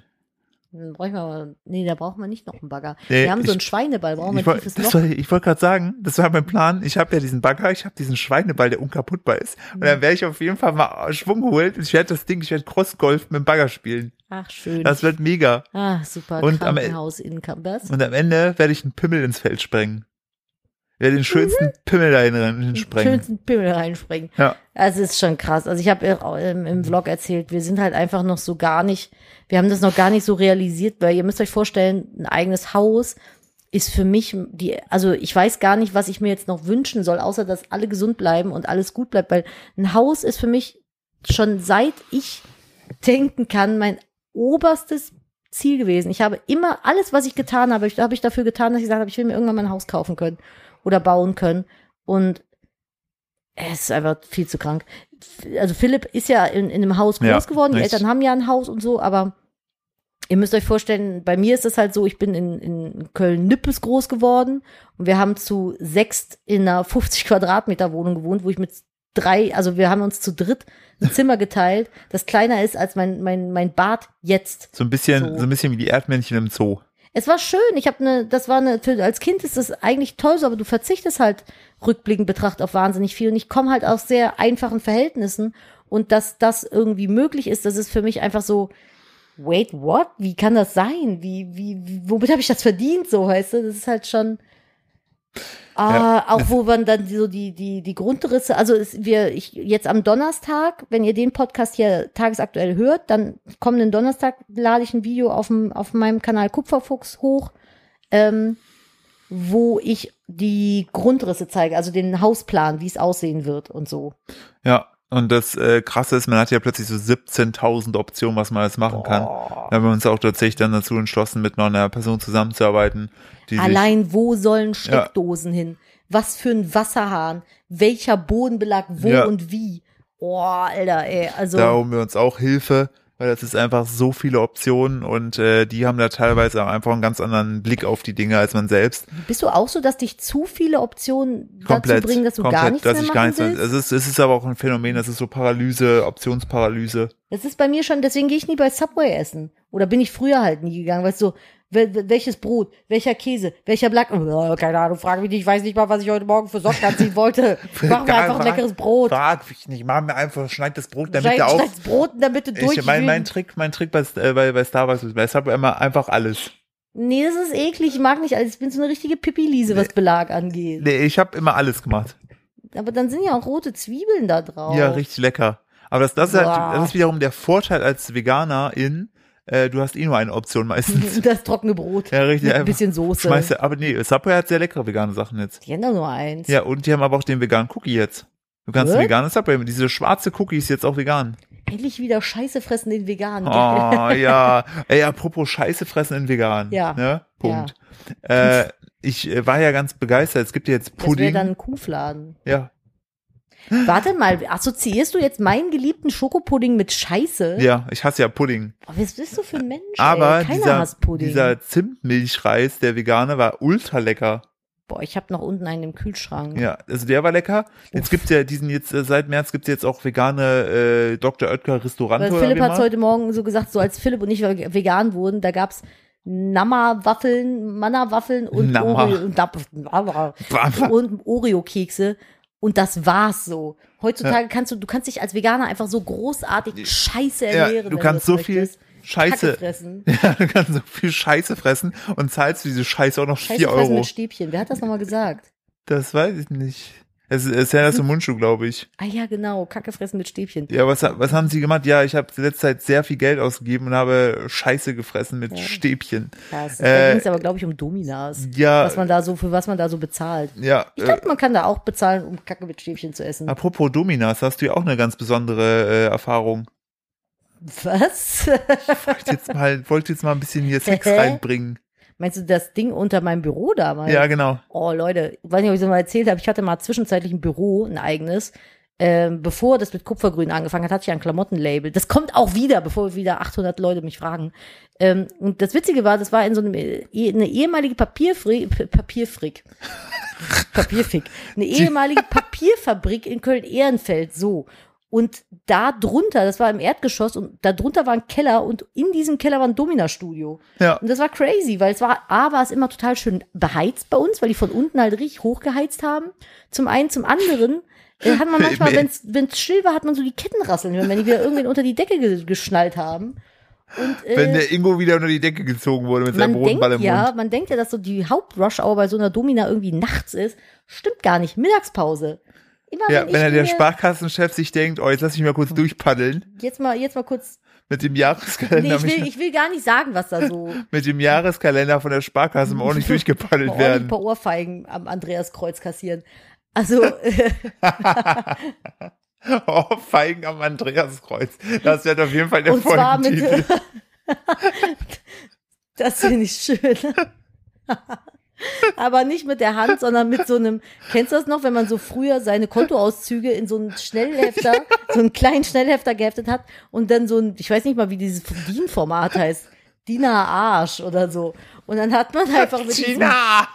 S2: Dann bräuchten wir, aber- nee, da brauchen wir nicht noch einen Bagger.
S3: Nee,
S2: wir haben so
S3: ich-
S2: einen Schweineball, brauchen wir
S3: Ich
S2: ein
S3: wollte
S2: tiefes
S3: das
S2: Loch.
S3: soll- ich wollte gerade sagen, das war mein Plan. Ich habe ja diesen Bagger, ich habe diesen Schweineball, der unkaputtbar ist. Und
S2: Mhm.
S3: dann werde ich auf jeden Fall mal Schwung geholt. Ich werde das Ding, ich werde Crossgolf mit dem Bagger spielen.
S2: Ach, schön.
S3: Das wird mega.
S2: ah, super.
S3: Und am- e-
S2: Krankenhaus in Kambers.
S3: Und am Ende werde ich einen Pimmel ins Feld sprengen. Werde den schönsten Pimmel dahin rein sprengen.
S2: Mhm. Schönsten Pimmel reinspringen.
S3: Ja.
S2: Also ist schon krass. Also ich habe auch im,
S3: Mhm.
S2: im Vlog erzählt, wir sind halt einfach noch so gar nicht, wir haben das noch gar nicht so realisiert, weil ihr müsst euch vorstellen, ein eigenes Haus ist für mich die, also ich weiß gar nicht, was ich mir jetzt noch wünschen soll, außer dass alle gesund bleiben und alles gut bleibt, weil ein Haus ist für mich schon seit ich denken kann, mein oberstes Ziel gewesen. Ich habe immer alles, was ich getan habe, ich- habe ich dafür getan, dass ich gesagt habe, ich will mir irgendwann mein Haus kaufen können oder bauen können. Und es ist einfach viel zu krank. Also Philipp ist ja in, in einem Haus groß
S3: Ja,
S2: geworden, die
S3: richtig.
S2: Eltern haben ja ein Haus und so, aber ihr müsst euch vorstellen, bei mir ist es halt so, ich bin in, in Köln-Nippes groß geworden und wir haben zu sechst in einer 50 Quadratmeter Wohnung gewohnt, wo ich mit drei, also wir haben uns zu dritt ein Zimmer geteilt, das kleiner ist als mein, mein, mein Bad jetzt.
S3: So ein bisschen,
S2: So.
S3: so, ein bisschen wie die Erdmännchen im Zoo.
S2: Es war schön. Ich habe eine, das war eine, für, als Kind ist das eigentlich toll, so, aber du verzichtest halt rückblickend betrachtet auf wahnsinnig viel. Und ich komme halt aus sehr einfachen Verhältnissen. Und dass das irgendwie möglich ist, das ist für mich einfach so, wait, what? Wie kann das sein? Wie, wie, wie womit habe ich das verdient? So, weißt du, das ist halt schon. Ah, auch wo man dann so die, die, die Grundrisse, also es, wir, ich, jetzt am Donnerstag, wenn ihr den Podcast hier tagesaktuell hört, dann kommenden Donnerstag lade ich ein Video auf, dem, auf meinem Kanal Kupferfuchs hoch, ähm, wo ich die Grundrisse zeige, also den Hausplan, wie es aussehen wird und so.
S3: Ja. Und das äh, Krasse ist, man hat ja plötzlich so 17.000 Optionen, was man alles machen kann. Da haben wir uns auch tatsächlich dann dazu entschlossen, mit noch einer Person zusammenzuarbeiten, die sich
S2: Allein wo sollen Steckdosen hin? Was für ein Wasserhahn? Welcher Bodenbelag wo
S3: Ja.
S2: und wie? Oh, Alter, ey, also.
S3: Da holen wir uns auch Hilfe, weil das ist einfach so viele Optionen und äh, die haben da teilweise auch einfach einen ganz anderen Blick auf die Dinge als man selbst.
S2: Bist du auch so, dass dich zu viele Optionen
S3: Komplett.
S2: dazu bringen, dass du
S3: komplett,
S2: gar nichts
S3: dass
S2: mehr
S3: ich
S2: machen
S3: gar nichts also
S2: willst?
S3: es, ist, es ist aber auch ein Phänomen, das ist so Paralyse, Optionsparalyse.
S2: Das ist bei mir schon, deswegen gehe ich nie bei Subway essen. Oder bin ich früher halt nie gegangen, weißt du, so, wel- wel- welches Brot, welcher Käse, welcher Black, oh, keine Ahnung, frag mich nicht, ich weiß nicht mal, was ich heute Morgen für Socken
S3: (laughs)
S2: anziehen wollte. Mach mir
S3: Egal,
S2: einfach ein
S3: frag-
S2: leckeres Brot.
S3: Frag mich nicht, mach mir einfach, schneid das Brot, damit
S2: Schneid-
S3: da auch.
S2: schneid's Brot in der Mitte durch.
S3: Ich, mein,
S2: will-
S3: mein Trick, mein Trick bei, äh, bei, bei Starbucks, ist, bei Subway immer einfach alles.
S2: nee, das ist eklig, ich mag nicht alles. Ich bin so eine richtige Pipi-Liese, was Belag angeht.
S3: Nee, ich habe immer alles gemacht.
S2: Aber dann sind ja auch rote Zwiebeln da drauf.
S3: Ja, richtig lecker. Aber das, das, ist
S2: Oh. Boah.
S3: halt, das ist wiederum der Vorteil als Veganerin. Äh, du hast eh nur eine Option
S2: (laughs)
S3: meistens.
S2: (laughs) Das trockene Brot.
S3: Ja, richtig.
S2: Mit ein
S3: einfach
S2: bisschen Soße.
S3: Schmeißt, du- aber nee, Subway hat sehr leckere vegane Sachen jetzt.
S2: Die haben doch nur eins.
S3: Ja, und die haben aber auch den veganen Cookie jetzt. Du kannst
S2: What?
S3: einen veganen Subway, diese schwarze Cookie ist jetzt auch
S2: (laughs)
S3: vegan.
S2: Endlich wieder Scheiße fressen den Veganen.
S3: Oh, ja. Ey, apropos Scheiße fressen in vegan.
S2: Ja.
S3: Ne? Punkt. Äh, ich äh, war ja ganz begeistert. Es gibt ja jetzt
S2: Das wäre
S3: Pudding.
S2: dann ein Kuhfladen.
S3: ja.
S2: Warte mal, assoziierst du jetzt meinen geliebten Schokopudding mit Scheiße?
S3: ja, ich hasse ja Pudding.
S2: Oh, was bist du für ein Mensch?
S3: Aber
S2: ey? Keiner
S3: dieser,
S2: hasst Pudding.
S3: dieser Zimtmilchreis, der vegane, war ultra lecker.
S2: Boah, ich habe noch unten einen im Kühlschrank.
S3: Ja, also der war lecker. Jetzt gibt's ja diesen jetzt, äh, seit März gibt's jetzt auch vegane äh, Dr. Oetker Restaurant.
S2: Weil Philipp hat's heute Morgen so gesagt, so als Philipp und ich vegan wurden, da gab's Namma-Waffeln, Manna-Waffeln und
S3: Namma.
S2: Oreo- und Dab- Namma. und Oreo-Kekse. Und das war's so. Heutzutage kannst du, du kannst dich als Veganer einfach so großartig scheiße
S3: ja,
S2: ernähren.
S3: du
S2: wenn
S3: kannst
S2: das
S3: so viel
S2: möchtest. Kacke
S3: Scheiße.
S2: fressen.
S3: (laughs) Ja, du kannst so viel Scheiße fressen und zahlst für diese Scheiße auch noch
S2: Scheiße
S3: vier
S2: fressen
S3: Euro.
S2: mit Stäbchen. Wer hat das nochmal gesagt?
S3: Das weiß ich nicht. Es ist ja das im Mundschuh, glaube ich.
S2: Ah ja, genau, Kacke fressen mit Stäbchen.
S3: Ja, was, was haben sie gemacht? Ja, ich habe letzte Zeit sehr viel Geld ausgegeben und habe Scheiße gefressen mit Stäbchen.
S2: Krass. da
S3: Äh,
S2: ging es aber, glaube ich, um Dominas.
S3: Ja,
S2: Was man da so, für was man da so bezahlt.
S3: ja.
S2: Ich
S3: äh,
S2: glaube, man kann da auch bezahlen, um Kacke mit Stäbchen zu essen.
S3: Apropos Dominas, hast du ja auch eine ganz besondere äh, Erfahrung.
S2: Was? (laughs)
S3: Wollte jetzt mal, wollte jetzt mal ein bisschen hier Sex
S2: Hä?
S3: reinbringen.
S2: Meinst du das Ding unter meinem Büro damals?
S3: Ja, genau.
S2: Oh, Leute, ich weiß nicht, ob ich es mal erzählt habe. Ich hatte mal zwischenzeitlich ein Büro, ein eigenes. Ähm, bevor das mit Kupfergrün angefangen hat, hatte ich ein Klamottenlabel. Das kommt auch wieder, bevor wieder 800 Leute mich fragen. Ähm, und das Witzige war, das war in so einem, äh, eh- eine ehemalige Papierfrik, Papierfrik. (laughs) Papierfick. Eine ehemalige Papierfabrik in Köln-Ehrenfeld, so. Und da drunter, das war im Erdgeschoss, und da drunter war ein Keller und in diesem Keller war ein Domina-Studio.
S3: Ja.
S2: Und das war crazy, weil es war, A, war es immer total schön beheizt bei uns, weil die von unten halt richtig hochgeheizt haben. Zum einen, zum anderen äh, hat man manchmal,
S3: (laughs) Nee.
S2: wenn es still war, hat man so die Ketten rasseln hören, wenn die wieder irgendwen unter die Decke ge geschnallt haben. Und, äh,
S3: Wenn der Ingo wieder unter die Decke gezogen wurde mit seinem
S2: man
S3: Bodenball
S2: denkt
S3: im
S2: ja,
S3: Mund.
S2: man denkt ja, dass so die Haupt-Rush-Hour bei so einer Domina irgendwie nachts ist. Stimmt gar nicht. Mittagspause. Immer
S3: Ja, wenn er
S2: ich
S3: der
S2: mir Hm.
S3: Sparkassenchef sich denkt, oh, jetzt lass ich mal kurz durchpaddeln
S2: jetzt mal jetzt mal kurz.
S3: mit dem Jahreskalender,
S2: Nee, ich will,
S3: mit,
S2: ich will gar nicht Oh, sagen, was da so.
S3: (laughs) mit dem Jahreskalender von der Sparkasse mal
S2: (laughs)
S3: ordentlich
S2: Mal
S3: durchgepaddelt
S2: ordentlich ein
S3: werden.
S2: paar Ohrfeigen am Andreaskreuz kassieren.
S3: (laughs)
S2: Also äh,
S3: Oh, Feigen am Andreaskreuz. Das wird auf jeden Fall der
S2: und zwar mit. äh, (laughs)
S3: Folgentitel.
S2: das finde ich schön. aber nicht mit der Hand, sondern mit so einem, kennst du das noch, wenn man so früher seine Kontoauszüge in so einen Schnellhefter, so einen kleinen Schnellhefter geheftet hat und dann so ein, ich weiß nicht mal, wie dieses DIN-Format heißt, DIN Arsch oder so. Und dann hat man einfach mit diesem,
S3: China!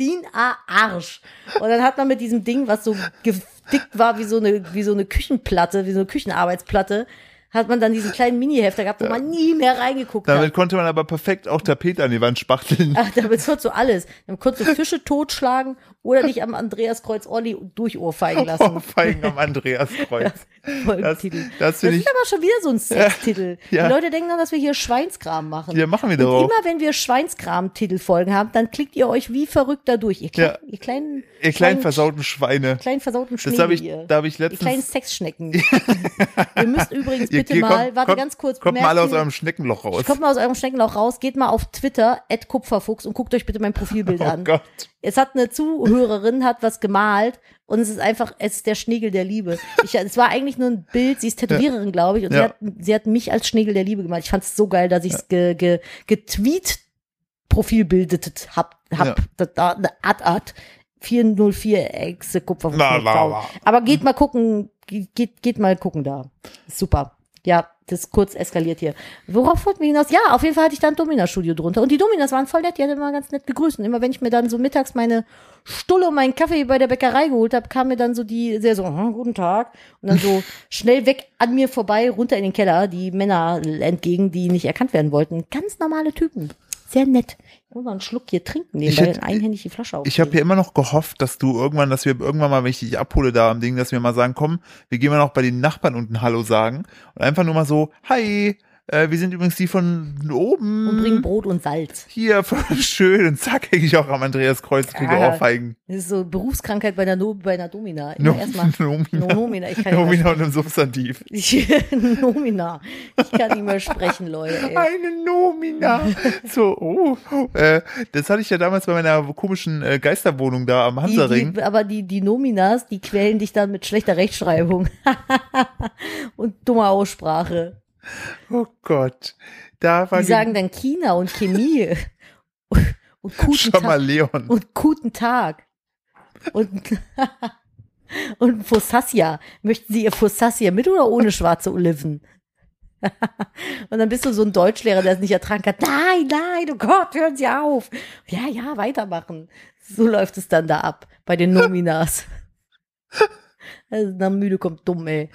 S2: DIN Arsch. Und dann hat man mit diesem Ding, was so gedickt war wie so eine, wie so eine Küchenplatte, wie so eine Küchenarbeitsplatte, hat man dann diesen kleinen Mini-Hefter gehabt, wo man nie mehr reingeguckt hat.
S3: Damit konnte man aber perfekt auch Tapete an die Wand spachteln.
S2: Ach, damit konntest du alles. Dann konntest du Fische totschlagen oder dich am Andreaskreuz Olli durchohrfeigen lassen.
S3: Ohrfeigen Oh, am Andreaskreuz. (laughs) Das,
S2: Folgentitel.
S3: das
S2: Das
S3: finde ich,
S2: ist aber schon wieder so ein Sextitel.
S3: Ja.
S2: Die Leute denken dann, dass wir hier Schweinskram machen.
S3: ja, machen wir
S2: Und
S3: doch.
S2: immer wenn wir Schweinskram-Titelfolgen haben, dann klickt ihr euch wie verrückt da durch. Ihr, klein,
S3: Ja.
S2: ihr kleinen,
S3: Ihr kleinen versauten Schweine.
S2: kleinen versauten
S3: Das habe ich,
S2: Schneebier.
S3: da habe ich
S2: Ihr kleinen
S3: letztens. (laughs)
S2: Sexschnecken. (laughs) ihr müsst übrigens
S3: Ihr-
S2: bitte
S3: ihr
S2: mal,
S3: kommt-
S2: warte
S3: kommt-
S2: ganz kurz.
S3: Kommt
S2: merkt
S3: mal aus
S2: ihr-
S3: eurem Schneckenloch raus.
S2: Kommt mal aus eurem Schneckenloch raus, geht mal auf Twitter, kupferfuchs und guckt euch bitte mein Profilbild
S3: (laughs) Oh
S2: an.
S3: Gott.
S2: Es hat eine Zuhörerin, hat was gemalt und es ist einfach, es ist der Schnegel der Liebe. Ich, es war eigentlich nur ein Bild, sie ist Tätowiererin, glaube ich, und sie,
S3: Ja.
S2: hat, sie hat mich als Schnegel der Liebe gemalt. Ich fand es so geil, dass ich es ge, ge, getweet profilbildet hab. hab da, da, eine Ad, Ad. 404 Exe Kupfer.
S3: Na, na, na.
S2: Aber geht mal gucken, geht, geht mal gucken da. Ist Super. Ja, das ist kurz eskaliert hier. Worauf wollten wir hinaus? Ja, auf jeden Fall hatte ich da ein Domina-Studio drunter. Und die Dominas waren voll nett, die hatten immer ganz nett gegrüßt. Und immer wenn ich mir dann so mittags meine Stulle und meinen Kaffee bei der Bäckerei geholt habe, kam mir dann so die sehr so, hm, guten Tag. Und
S3: (laughs)
S2: dann so schnell weg an mir vorbei, runter in den Keller, die Männer entgegen, die nicht erkannt werden wollten. Ganz normale Typen. Sehr nett. Ich muss noch einen Schluck hier trinken,
S3: Ich
S2: nebenbei
S3: hätte-
S2: einhändig die Flasche auf.
S3: Ich habe ja immer noch gehofft, dass du irgendwann, dass wir irgendwann mal, wenn ich dich abhole da am Ding, dass wir mal sagen, komm, wir gehen mal noch bei den Nachbarn unten Hallo sagen und einfach nur mal so, hi, äh, wir sind übrigens die von oben.
S2: und bring Brot und Salz.
S3: hier, (laughs) voll schön. Und zack, hänge ich auch am Andreas Kreuz, kriege
S2: Ah.
S3: Ohrfeigen.
S2: Das ist so Berufskrankheit bei einer, no bei einer Domina. Immer
S3: No-
S2: Erstmal
S3: (laughs) Nomina.
S2: Nomina. Ich kann nicht
S3: Nomina und einem Substantiv.
S2: Ich, (laughs) Nomina. Ich kann nicht mehr sprechen, Leute. Ey.
S3: Eine
S2: (laughs)
S3: Nomina. So, oh. Äh, das hatte ich ja damals bei meiner komischen äh, Geisterwohnung da am
S2: Die,
S3: Hansaring.
S2: die, aber die, die Nominas, die quälen dich dann mit schlechter Rechtschreibung (laughs) und dummer Aussprache.
S3: Oh Gott. Da war
S2: Die sagen dann China und Chemie (laughs) und guten
S3: schon mal
S2: Tag.
S3: Leon.
S2: Und guten Tag. Und, (laughs) und Fossassia. Möchten Sie Ihr Fossassia mit oder ohne schwarze Oliven? (laughs) und dann bist du so ein Deutschlehrer, der es nicht ertragen kann. Nein, nein, oh Gott, hören Sie auf. Ja, ja, weitermachen. So läuft es dann da ab bei den Nominas. (laughs) Also, na, müde kommt dumm, ey.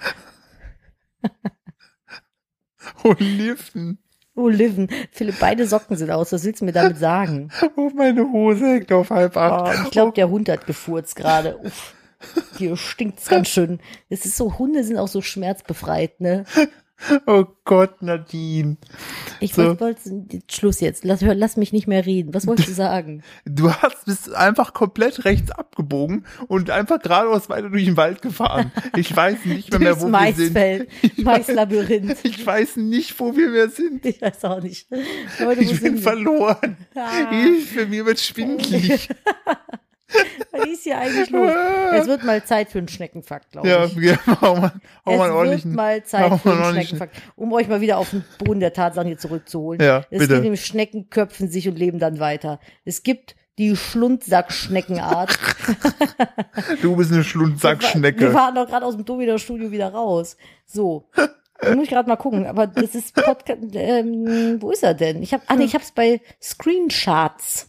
S3: Oliven.
S2: Oliven. Philipp, beide Socken sind aus. Was willst du mir damit sagen?
S3: Oh, meine Hose hängt auf halb (laughs)
S2: Oh,
S3: acht.
S2: ich glaube, der Hund hat
S3: (laughs)
S2: gefurzt gerade. Uff. Hier stinkt's ganz schön. Es ist so, Hunde sind auch so schmerzbefreit, ne?
S3: Oh Gott, Nadine.
S2: Ich
S3: So.
S2: wollte, Schluss jetzt. Lass, hör, lass mich nicht mehr reden. Was wolltest du
S3: (laughs)
S2: sagen?
S3: Du hast bist einfach komplett rechts abgebogen und einfach geradeaus weiter durch den Wald gefahren. Ich weiß nicht mehr,
S2: Durchs
S3: wo wir sind.
S2: Maisfeld,
S3: (laughs)
S2: Maislabyrinth.
S3: Ich weiß nicht, wo wir mehr sind.
S2: Ich weiß auch nicht. Leute, wo
S3: Ich bin
S2: sind wir?
S3: verloren.
S2: Ah.
S3: Hilfe, mir wird
S2: (laughs)
S3: schwindelig.
S2: Was ist hier
S3: (laughs)
S2: eigentlich los? Es wird mal Zeit für einen Schneckenfakt, glaube
S3: Ja,
S2: ich.
S3: wir hau mal, hau mal einen
S2: es
S3: Oh ordentlichen. (laughs)
S2: wird mal
S3: hau
S2: Zeit
S3: mal
S2: für einen
S3: ordentlichen-
S2: Schneckenfakt, um euch mal wieder auf den Boden der Tatsachen hier zurückzuholen.
S3: Ja,
S2: es
S3: bitte.
S2: geht nämlich Schnecken köpfen sich und leben dann weiter. Es gibt die Schlundsack-Schneckenart.
S3: Du bist eine
S2: Wir
S3: Schlundsackschnecke.
S2: fahren doch gerade aus dem Domino-Studio wieder raus. So. Da muss ich gerade mal gucken. Aber das ist Podcast. Ähm, wo ist er denn? Ich habe, ah nee, ich hab's bei Screenshots.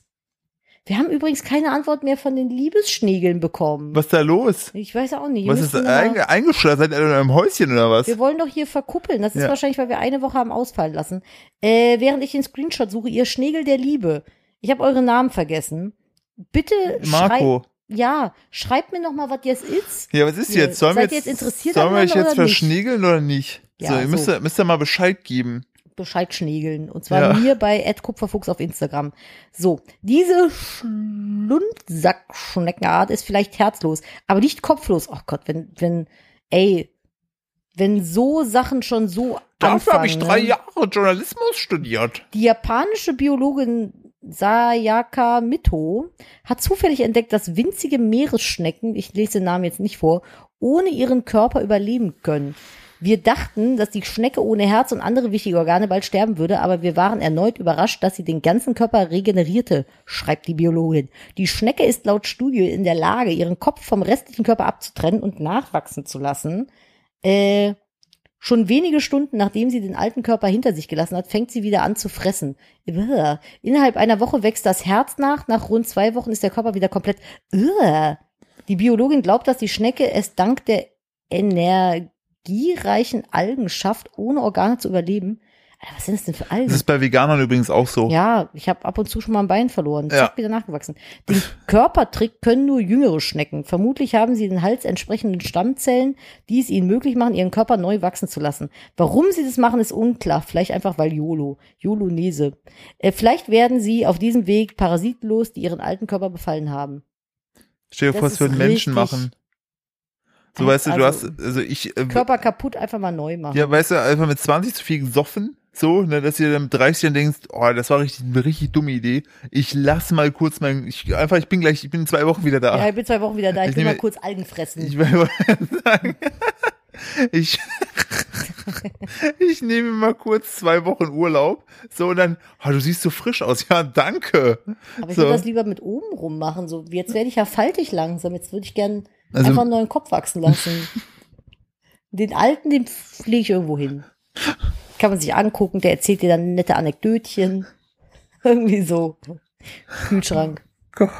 S2: Wir haben übrigens keine Antwort mehr von den Liebesschnegeln bekommen.
S3: Was ist da los?
S2: Ich weiß auch nicht. Wir
S3: Was ist
S2: müssen mal-
S3: einge eingeschlossen? Seid ihr in einem Häuschen oder was?
S2: Wir wollen doch hier verkuppeln. Das ist
S3: Ja.
S2: wahrscheinlich, weil wir eine Woche haben ausfallen lassen. Äh, während ich den Screenshot suche, ihr Schnegel der Liebe. Ich habe eure Namen vergessen. Bitte schreibt.
S3: Marco.
S2: Ja, schreibt mir noch mal, was jetzt ist.
S3: Ja, was ist
S2: Ihr-
S3: jetzt? Sollen wir
S2: seid
S3: jetzt,
S2: ihr jetzt interessiert
S3: sollen wir euch
S2: aneinander
S3: jetzt
S2: oder nicht?
S3: verschniegeln oder nicht?
S2: Ja,
S3: so, ihr
S2: so.
S3: müsst, ja- müsst ja mal Bescheid geben.
S2: Bescheid schnegeln. Und zwar
S3: Ja.
S2: mir bei kupferfuchs auf Instagram. So, diese Schlundsackschneckenart ist vielleicht herzlos, aber nicht kopflos. Oh Gott, wenn, wenn, ey, wenn so Sachen schon so
S3: Dafür habe ich
S2: anfangen,
S3: drei
S2: ne?
S3: Jahre Journalismus studiert.
S2: Die japanische Biologin Sayaka Mito hat zufällig entdeckt, dass winzige Meeresschnecken, ich lese den Namen jetzt nicht vor, ohne ihren Körper überleben können. Wir dachten, dass die Schnecke ohne Herz und andere wichtige Organe bald sterben würde, aber wir waren erneut überrascht, dass sie den ganzen Körper regenerierte, schreibt die Biologin. Die Schnecke ist laut Studie in der Lage, ihren Kopf vom restlichen Körper abzutrennen und nachwachsen zu lassen. Äh, Schon wenige Stunden nachdem sie den alten Körper hinter sich gelassen hat, fängt sie wieder an zu fressen. Uah. Innerhalb einer Woche wächst das Herz nach, nach rund zwei Wochen ist der Körper wieder komplett. Uah. Die Biologin glaubt, dass die Schnecke es dank der energiereichen Algen schafft, ohne Organe zu überleben. Alter, was sind das denn für Algen?
S3: Das ist bei Veganern übrigens auch so.
S2: Ja, ich habe ab und zu schon mal ein Bein verloren. Ich
S3: Oh. Ja.
S2: wieder nachgewachsen. Den Körpertrick können nur jüngere Schnecken. Vermutlich haben sie den Hals entsprechenden Stammzellen, die es ihnen möglich machen, ihren Körper neu wachsen zu lassen. Warum sie das machen, ist unklar. Vielleicht einfach weil YOLO, YOLO-Nese. Äh, vielleicht werden sie auf diesem Weg parasitlos, die ihren alten Körper befallen haben.
S3: Stell dir
S2: Das
S3: vor, es
S2: ist
S3: würden Menschen
S2: richtig.
S3: machen. So, weißt du, du
S2: Also,
S3: hast, also ich, äh,
S2: Körper kaputt, einfach mal neu machen.
S3: ja, weißt du, einfach mit 20 zu viel gesoffen, so, ne, dass ihr dann mit 30 dann denkst, oh, das war richtig, eine richtig dumme Idee. Ich lass mal kurz mein, ich, einfach, ich bin gleich, ich bin in zwei Wochen wieder da.
S2: Ja, ich bin zwei Wochen wieder da. Ich,
S3: Ich
S2: will
S3: nehme-
S2: mal kurz Algen fressen.
S3: Ich will mal
S2: (laughs)
S3: sagen, ich, ich nehme mal kurz zwei Wochen Urlaub. So, und dann, oh, du siehst so frisch aus. Ja, danke.
S2: Aber ich
S3: so.
S2: würde das lieber mit oben rum machen. So, jetzt werde ich ja faltig langsam. Jetzt würde ich gern
S3: Also-
S2: einfach einen neuen Kopf
S3: (laughs)
S2: wachsen lassen. den alten, den fliege ich irgendwo hin. Kann man sich angucken, der erzählt dir dann nette Anekdötchen. (laughs) Irgendwie so. Kühlschrank,
S3: Gott.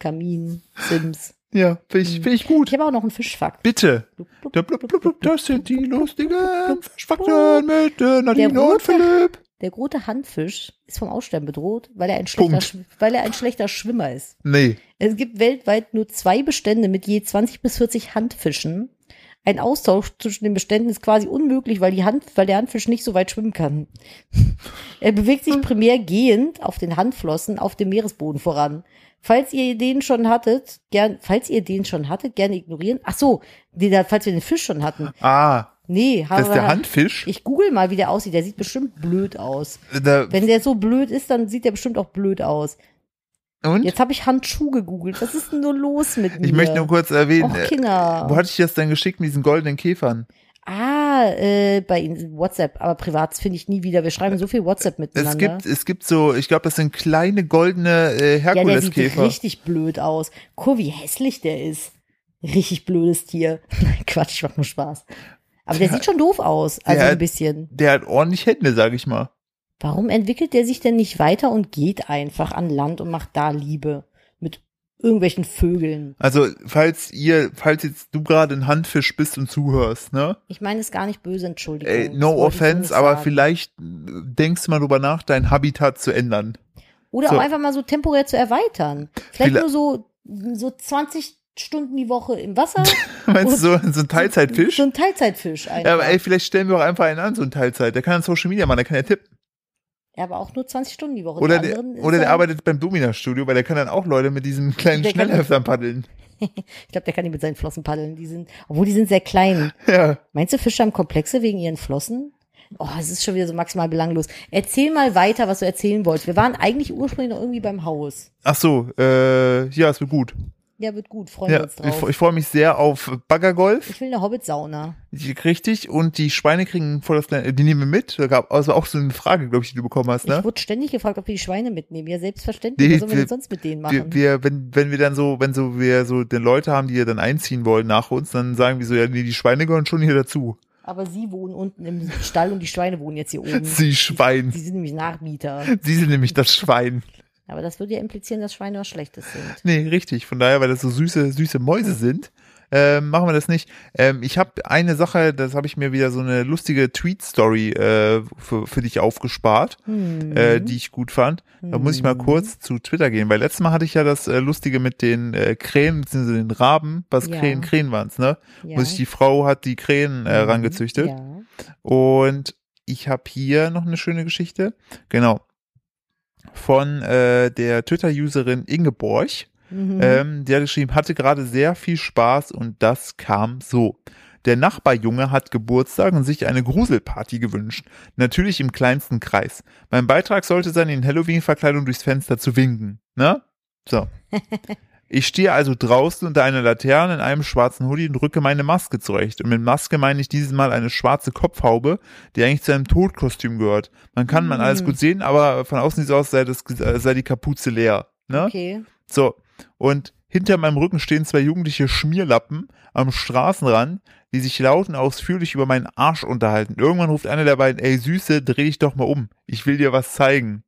S2: Kamin, Sims.
S3: Ja, finde ich, find ich gut.
S2: Ich habe auch noch einen Fischfakt.
S3: Bitte.
S2: Blub, blub,
S3: Da blub, blub, blub, Das sind die lustigen Fischfakten mit äh,
S2: Oh. Der
S3: Nadine und
S2: rote-
S3: Philipp.
S2: Der rote Handfisch ist vom Aussterben bedroht, weil er ein schlechter,
S3: Punkt.
S2: Schw- weil er ein schlechter Schwimmer ist.
S3: Nee.
S2: Es gibt weltweit nur zwei Bestände mit je 20 bis 40 Handfischen. Ein Austausch zwischen den Beständen ist quasi unmöglich, weil, die Hand, weil der Handfisch nicht so weit schwimmen kann. (laughs) er bewegt
S3: Hm.
S2: sich primär gehend auf den Handflossen auf dem Meeresboden voran. Falls ihr den schon hattet, gern, falls ihr den schon hattet, gerne ignorieren. Ach so, den, falls wir den Fisch schon hatten.
S3: Ah,
S2: Nee,
S3: das ist
S2: aber-
S3: der Handfisch.
S2: Ich google mal, wie der aussieht. Der sieht bestimmt blöd aus.
S3: Da,
S2: Wenn der so blöd ist, dann sieht der bestimmt auch blöd aus.
S3: und?
S2: Jetzt habe ich Handschuh gegoogelt. Was ist denn nur los mit mir?
S3: Ich möchte nur kurz erwähnen,
S2: Och,
S3: äh, wo
S2: Kinder.
S3: hatte ich das denn geschickt mit diesen goldenen Käfern?
S2: Ah, äh, bei Ihnen WhatsApp, aber privat finde ich nie wieder. Wir schreiben so viel WhatsApp miteinander.
S3: Es gibt, es gibt so, ich glaube, das sind kleine goldene äh,
S2: ja, der sieht
S3: Herkuleskäfer.
S2: richtig blöd aus. Guck, wie hässlich der ist. Richtig blödes Tier. (laughs) Nein, Quatsch, ich mach nur Spaß. Aber der sieht schon doof aus, also
S3: Ja.
S2: ein bisschen.
S3: der hat ordentlich Hände, sag ich mal.
S2: Warum entwickelt der sich denn nicht weiter und geht einfach an Land und macht da Liebe mit irgendwelchen Vögeln?
S3: Also, falls ihr, falls jetzt du gerade ein Handfisch bist und zuhörst, ne?
S2: Ich meine es gar nicht böse, Entschuldigung.
S3: Ey,
S2: Das
S3: no
S2: wollte ich so nicht
S3: offense, aber
S2: sagen.
S3: vielleicht äh, denkst du mal drüber nach, dein Habitat zu ändern. (laughs)
S2: Oder auch
S3: So.
S2: einfach mal so temporär zu erweitern. Vielleicht
S3: Vielleicht-
S2: nur so, so 20 Stunden die Woche
S3: (laughs)
S2: im Wasser.
S3: Meinst du, so, so ein Teilzeitfisch?
S2: So ein Teilzeitfisch einfach.
S3: Ja, aber ey, vielleicht stellen wir auch einfach einen an, so ein Teilzeit. Der kann an Social Media machen, der kann ja tippen.
S2: Ja, aber auch nur 20 Stunden die Woche.
S3: Oder
S2: Die
S3: der,
S2: anderen ist
S3: oder der
S2: dann-
S3: arbeitet beim Domina-Studio, weil der kann dann auch Leute mit diesem kleinen
S2: Der kann-
S3: Schnellheftern paddeln. (laughs)
S2: Ich glaube, der kann nicht mit seinen Flossen paddeln. Die sind, obwohl die sind sehr klein.
S3: Ja.
S2: Meinst du, Fische haben Komplexe wegen ihren Flossen? Oh, es ist schon wieder so maximal belanglos. Erzähl mal weiter, was du erzählen wolltest. Wir waren eigentlich ursprünglich noch irgendwie beim Haus.
S3: Ach so, äh, ja, es wird gut.
S2: Ja, wird gut, freuen wir
S3: Ja,
S2: uns
S3: ich,
S2: drauf.
S3: fre- ich freue mich sehr auf Baggergolf.
S2: Ich will eine Hobbit-Sauna.
S3: Richtig, und die Schweine kriegen voll das kleine, die nehmen wir mit. Da gab also auch so eine Frage, glaube ich, die du bekommen hast, ne?
S2: Ich wurde ständig gefragt, ob wir die Schweine mitnehmen. Ja, selbstverständlich.
S3: Die-
S2: was sollen wir
S3: die-
S2: denn sonst mit denen machen?
S3: Wir, wir, wenn, wenn wir dann so, wenn so wir so den Leute haben, die ja dann einziehen wollen nach uns, dann sagen wir so, ja, nee, die Schweine gehören schon hier dazu.
S2: Aber sie wohnen unten im Stall und die Schweine wohnen jetzt hier
S3: (laughs)
S2: oben.
S3: Sie Schwein.
S2: (laughs) Sie sind nämlich Nachmieter.
S3: Sie sind nämlich das Schwein.
S2: Aber das würde ja implizieren, dass Schweine was Schlechtes sind.
S3: Nee, richtig. Von daher, weil das so süße, süße Mäuse sind, ähm, machen wir das nicht. Ähm, ich habe eine Sache, das habe ich mir wieder so eine lustige Tweet-Story äh, für, für dich aufgespart.
S2: Hm.
S3: äh, die ich gut fand. Da muss ich mal
S2: Mhm.
S3: kurz zu Twitter gehen, weil letztes Mal hatte ich ja das äh, Lustige mit den äh, Krähen, beziehungsweise den Raben, was
S2: Ja.
S3: Krähen, Krähen waren's, ne?
S2: ja. Mhm.
S3: Muss ich, die Frau hat die Krähen äh, rangezüchtet.
S2: Ja.
S3: Und ich habe hier noch eine schöne Geschichte. Genau. Von äh, der Twitter-Userin Ingeborg.
S2: Mhm.
S3: Ähm, die hat geschrieben, hatte gerade sehr viel Spaß und das kam so. Der Nachbarjunge hat Geburtstag und sich eine Gruselparty gewünscht. Natürlich im kleinsten Kreis.
S2: (laughs)
S3: Mein Beitrag sollte sein, in Halloween-Verkleidung durchs Fenster zu winken. Ne? So. Ich stehe also draußen unter einer Laterne in einem schwarzen Hoodie und rücke meine Maske zurecht. Und mit Maske meine ich dieses Mal eine schwarze Kopfhaube, die eigentlich zu einem Todkostüm gehört. Man kann man
S2: Mm.
S3: alles gut sehen, aber von außen sieht es aus, sei, das, äh, sei die Kapuze leer. Ne?
S2: Okay.
S3: So, und hinter meinem Rücken stehen zwei jugendliche Schmierlappen am Straßenrand, die sich laut und ausführlich über meinen Arsch unterhalten. Irgendwann ruft einer der beiden, ey Süße, dreh dich doch mal um. Ich will dir was zeigen.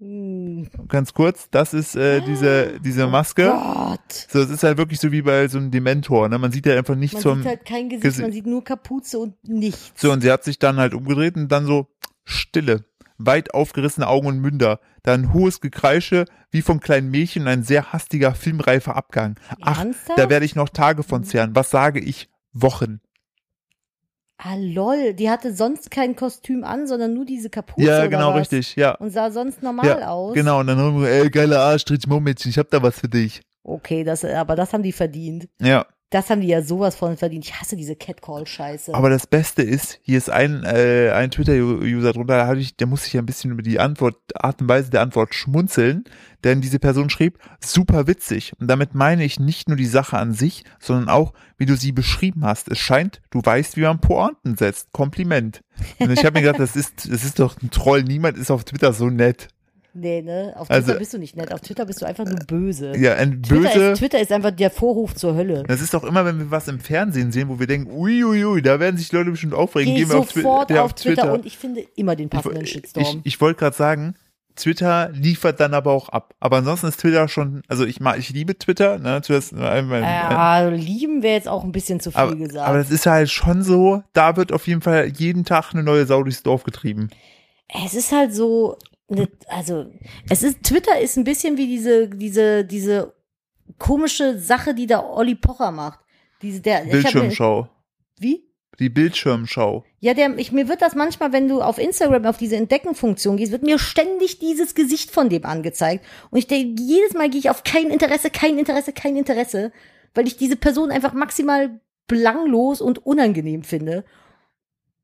S2: Hm.
S3: Ganz kurz, das ist äh, diese, diese Maske.
S2: Gott.
S3: So, es ist halt wirklich so wie bei so einem Dementor, ne? Man sieht ja einfach nicht
S2: Man
S3: zum.
S2: sieht halt kein Gesicht,
S3: Gesi-
S2: man sieht nur Kapuze und nichts.
S3: So, und sie hat sich dann halt umgedreht und dann so Stille. Weit aufgerissene Augen und Münder, dann hohes Gekreische wie von kleinen Mädchen und ein sehr hastiger, filmreifer Abgang. Ach,
S2: Ernsthaft?
S3: da werde ich noch Tage
S2: Mhm.
S3: von zehren. Was sage ich? Wochen.
S2: ah, lol. Die hatte sonst kein Kostüm an, sondern nur diese Kapuze.
S3: ja,
S2: oder
S3: genau,
S2: was?
S3: richtig. Ja,
S2: Und sah sonst normal
S3: ja
S2: aus.
S3: genau. Und dann haben wir, ey, geiler Arsch, dreh dich mal um, Mädchen, ich hab da was für dich.
S2: Okay, das, aber das haben die verdient.
S3: Ja,
S2: Das haben die ja sowas von verdient. Ich hasse diese Catcall-Scheiße.
S3: aber das Beste ist, hier ist ein, äh, ein Twitter-User drunter, da, hab ich, der muss sich ja ein bisschen über die Antwort, Art und Weise der Antwort schmunzeln, denn diese Person schrieb, super witzig. Und damit meine ich nicht nur die Sache an sich, sondern auch, wie du sie beschrieben hast. Es scheint, du weißt, wie man Pointen setzt. Kompliment. Und ich habe mir gedacht, das ist, das ist doch ein Troll. Niemand ist auf Twitter so nett.
S2: nee, ne? Auf Twitter
S3: Also-
S2: bist du nicht nett. Auf Twitter bist du einfach nur böse.
S3: Ja, ein
S2: Twitter,
S3: böse.
S2: Ist, Twitter ist einfach der Vorhof zur Hölle.
S3: Das ist doch immer, wenn wir was im Fernsehen sehen, wo wir denken, uiuiui, da werden sich Leute bestimmt aufregen.
S2: Geh
S3: Gehen wir auf, Twi-
S2: sofort
S3: ja,
S2: auf Twitter, und ich finde immer den passenden
S3: ich
S2: Shitstorm.
S3: ich, ich wollte gerade sagen, Twitter liefert dann aber auch ab. Aber ansonsten ist Twitter schon, also ich mag, ich liebe Twitter, ne, Twitter ist ein- ein- ein-
S2: Ja, also lieben wäre jetzt auch ein bisschen zu viel
S3: äh, aber,
S2: gesagt.
S3: aber das ist halt schon so, da wird auf jeden Fall jeden Tag eine neue Sau durchs Dorf getrieben.
S2: es ist halt so, ne, also es ist Twitter ist ein bisschen wie diese diese diese komische Sache, die da Olli Pocher macht. Diese der ich hab mir,
S3: Bildschirmschau.
S2: wie?
S3: Die Bildschirmschau.
S2: Ja, der, ich, mir wird das manchmal, wenn du auf Instagram auf diese Entdecken-Funktion gehst, wird mir ständig dieses Gesicht von dem angezeigt. Und ich denke, jedes Mal gehe ich auf kein Interesse, kein Interesse, kein Interesse, weil ich diese Person einfach maximal belanglos und unangenehm finde.